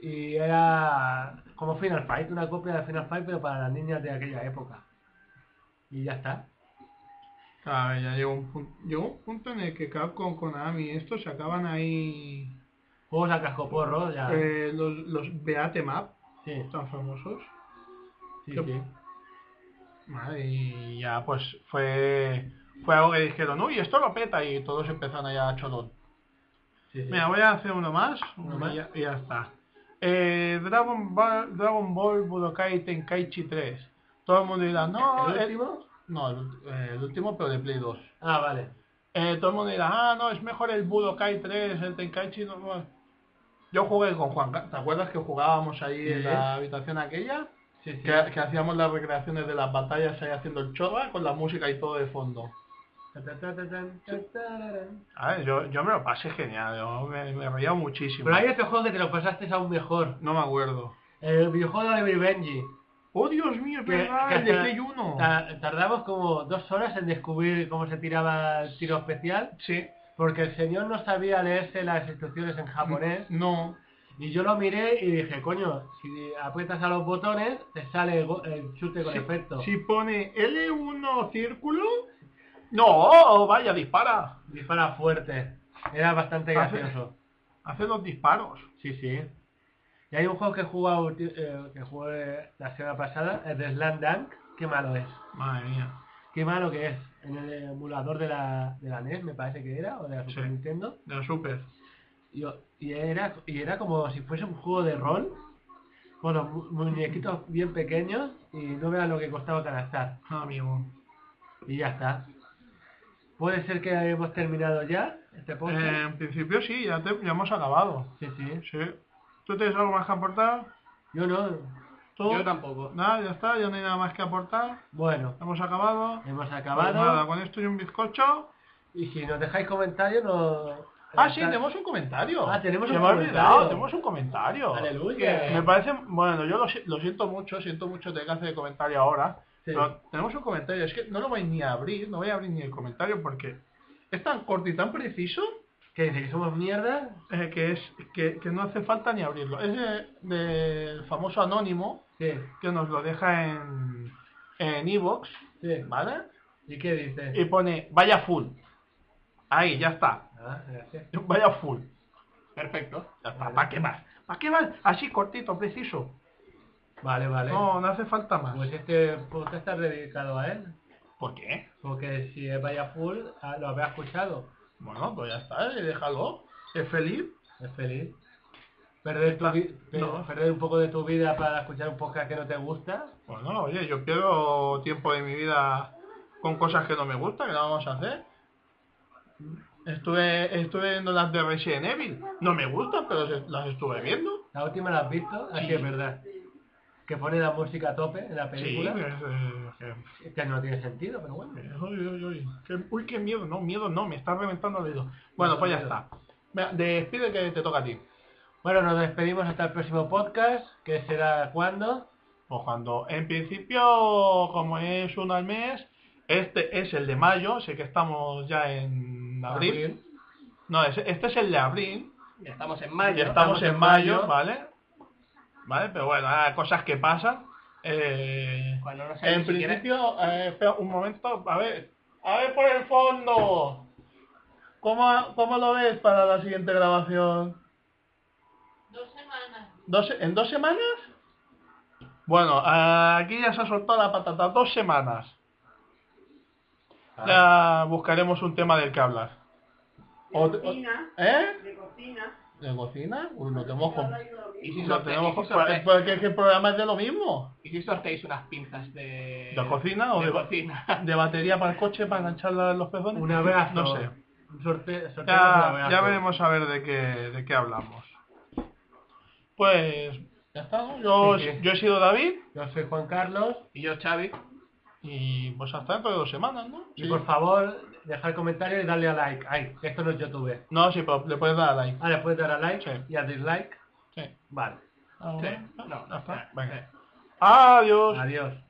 Speaker 4: y era como Final Fight, una copia de Final Fight, pero para las niñas de aquella época. Y ya está.
Speaker 2: A ver, ya llegó un, punto, llegó un punto en el que Capcom, Konami, estos se acaban ahí
Speaker 4: Juegos a cascoporro, ya.
Speaker 2: eh, los, los Beate Map,
Speaker 4: Sí,
Speaker 2: tan famosos.
Speaker 4: sí,
Speaker 2: yo-
Speaker 4: sí.
Speaker 2: Madre, y ya pues fue fue algo que dijeron, uy, esto lo peta y todos empezaron allá a cholón.
Speaker 4: sí, sí.
Speaker 2: Mira, voy a hacer uno más, uno
Speaker 4: más.
Speaker 2: Y, ya, y ya está. Eh, Dragon, Ball, Dragon Ball Budokai Tenkaichi 3. Todo el mundo dirá, no,
Speaker 4: ¿El
Speaker 2: es-
Speaker 4: último?
Speaker 2: no, el, ult- eh, el último, pero de Play 2.
Speaker 4: Ah, vale.
Speaker 2: Eh, todo el mundo dirá, ah, no, es mejor el Budokai 3, el Tenkaichi no, no". Yo jugué con Juan, Ca- ¿te acuerdas que jugábamos ahí en
Speaker 4: Sí.
Speaker 2: la habitación aquella?
Speaker 4: Sí, sí.
Speaker 2: Que, que hacíamos las recreaciones de las batallas ahí haciendo el chorra con la música y todo de fondo.
Speaker 4: Ta, ta, ta, ta, tan, ta, tararán.
Speaker 2: A ver, yo, yo me lo pasé genial, yo me, me reía muchísimo.
Speaker 4: Pero hay otro juego que te lo pasaste aún mejor.
Speaker 2: No me acuerdo.
Speaker 4: El videojuego de Benji.
Speaker 2: ¡Oh, Dios mío, es
Speaker 4: Que-
Speaker 2: verdad!
Speaker 4: que
Speaker 2: el de
Speaker 4: hasta-
Speaker 2: Play 1.
Speaker 4: Ta- Tardamos como dos horas en descubrir cómo se tiraba el tiro especial,
Speaker 2: Sí.
Speaker 4: porque el señor no sabía leerse las instrucciones en japonés.
Speaker 2: No.
Speaker 4: Y yo lo miré y dije, coño, si aprietas a los botones, te sale el, go- el chute con
Speaker 2: Si-
Speaker 4: efecto.
Speaker 2: Si pone L1 círculo... ¡No! ¡Vaya, dispara!
Speaker 4: Dispara fuerte. Era bastante
Speaker 2: Hace-
Speaker 4: gracioso.
Speaker 2: Hace dos disparos.
Speaker 4: Sí, sí. Y hay un juego que he jugado ulti- eh, que jugué la semana pasada, el de Slam Dunk. Qué malo es.
Speaker 2: Madre mía.
Speaker 4: Qué malo que es. En el emulador de la, de la NES, me parece que era, o de la Super
Speaker 2: Sí.
Speaker 4: Nintendo.
Speaker 2: De la Super.
Speaker 4: Y, y era, y era como si fuese un juego de rol, con los mu- muñequitos bien pequeños, y no vean lo que costaba canastar.
Speaker 2: Ah, amigo.
Speaker 4: Y ya está. Puede ser que hemos terminado ya este podcast.
Speaker 2: Eh, en principio sí, ya, te- ya hemos acabado.
Speaker 4: Sí, sí.
Speaker 2: Sí. ¿Tú tienes algo más que aportar?
Speaker 4: Yo no.
Speaker 2: ¿Tú?
Speaker 3: Yo tampoco.
Speaker 2: Nada, ya está, ya no hay nada más que aportar.
Speaker 4: Bueno,
Speaker 2: Hemos acabado.
Speaker 4: hemos
Speaker 2: Pues nada,
Speaker 4: acabado.
Speaker 2: con esto y un bizcocho.
Speaker 4: Y si nos dejáis comentarios, nos...
Speaker 2: Ah, sí, tenemos un comentario.
Speaker 4: Ah, tenemos
Speaker 2: Se
Speaker 4: un
Speaker 2: me ha
Speaker 4: comentario.
Speaker 2: olvidado, tenemos un comentario.
Speaker 4: Aleluya.
Speaker 2: Me parece, bueno, yo lo, si- lo siento mucho, siento mucho tener que hacer el comentario ahora.
Speaker 4: Sí.
Speaker 2: Pero tenemos un comentario, es que no lo voy ni a abrir, no voy a abrir ni el comentario porque es tan corto y tan preciso
Speaker 4: ¿Qué dice? ¿Que somos mierda?
Speaker 2: eh, que es que, que no hace falta ni abrirlo. Es de- del famoso anónimo
Speaker 4: Sí,
Speaker 2: que nos lo deja en en iVoox,
Speaker 4: sí.
Speaker 2: ¿vale?
Speaker 4: ¿Y qué dice?
Speaker 2: Y pone, vaya full. Ahí, ya está.
Speaker 4: Ah, gracias.
Speaker 2: Vaya full.
Speaker 3: Perfecto.
Speaker 2: ¿Para qué más? ¿Para qué más? Así cortito, preciso.
Speaker 4: Vale, vale.
Speaker 2: No, no hace falta más.
Speaker 4: Pues este podcast está dedicado a él.
Speaker 2: ¿Por qué?
Speaker 4: Porque si es Vaya Full, ah, lo habrá escuchado.
Speaker 2: Bueno, pues ya está, eh, déjalo. Es feliz.
Speaker 4: Es feliz. Ah, Perder, tu
Speaker 2: Está-
Speaker 4: vi- pe-
Speaker 2: no.
Speaker 4: perder un poco de tu vida para escuchar un podcast que no te gusta.
Speaker 2: Bueno, oye, yo pierdo tiempo de mi vida con cosas que no me gustan, que no vamos a hacer. Estuve, estuve viendo las de Resident Evil. No me gustan, pero se- las estuve viendo.
Speaker 4: La última la has visto, así es verdad. Que pone la música a tope en
Speaker 2: Sí,
Speaker 4: la película.
Speaker 2: es, eh, que-
Speaker 4: Que no tiene sentido, pero bueno.
Speaker 2: uy, uy, uy, que- uy, qué miedo, no, miedo no, me está reventando el dedo. Bueno, pues ya está. Venga, Despide que te toca a ti.
Speaker 4: Bueno, nos despedimos hasta el próximo podcast, que será cuando.
Speaker 2: Pues cuando, en principio, como es uno al mes, este es el de mayo, sé que estamos ya en abril. No, es- este es el de abril,
Speaker 3: Ya estamos en
Speaker 2: ya
Speaker 3: mayo.
Speaker 2: estamos en
Speaker 4: en
Speaker 2: mayo,
Speaker 4: mayo.
Speaker 2: ¿vale? ¿Vale? Pero bueno, ah, cosas que pasan. Eh,
Speaker 3: Cuando no sabes
Speaker 2: en
Speaker 3: ni siquiera-
Speaker 2: principio, eh, espera un momento, a ver, a ver por el fondo. ¿Cómo, cómo lo ves para la siguiente grabación?
Speaker 6: Dos semanas.
Speaker 2: ¿Dos, ¿En dos semanas? Bueno, aquí ya se ha soltado la patata, dos semanas. Ya buscaremos un tema del que hablar. O- o- ¿Eh?
Speaker 6: de cocina.
Speaker 2: ¿De cocina? Uy, lo tenemos con...
Speaker 3: ¿Y si,
Speaker 2: lo
Speaker 3: sorte-
Speaker 2: tenemos
Speaker 3: y
Speaker 2: con-
Speaker 3: si sorte-
Speaker 2: Porque es que el programa es de lo mismo.
Speaker 3: y si sorteáis unas pinzas de...
Speaker 2: ¿De cocina o de,
Speaker 3: eh, de cocina?
Speaker 2: de batería para el coche para enganchar la- los pezones?
Speaker 4: Un abrazo.
Speaker 2: No sé.
Speaker 4: Un sorte- sorteo de un
Speaker 2: Ya,
Speaker 4: abrazo.
Speaker 2: ya veremos a ver de qué, de qué hablamos. Pues ya está, ¿no? Yo,
Speaker 4: Sí, sí.
Speaker 2: yo he sido David
Speaker 4: Yo soy Juan Carlos.
Speaker 3: y yo, Xavi,
Speaker 2: y pues hasta dentro de dos semanas, ¿no?
Speaker 4: Y por favor, dejar comentarios y darle a like. Ay, que esto no es YouTube. Ah,
Speaker 2: No, sí, pero le puedes dar a like.
Speaker 4: Vale, puedes dar a like
Speaker 2: Sí.
Speaker 4: y a dislike.
Speaker 2: Sí.
Speaker 4: Vale.
Speaker 2: Ah,
Speaker 3: Sí,
Speaker 2: bueno.
Speaker 3: no,
Speaker 2: Ya está.
Speaker 3: ya,
Speaker 2: Venga.
Speaker 3: eh.
Speaker 2: Adiós.
Speaker 4: Adiós.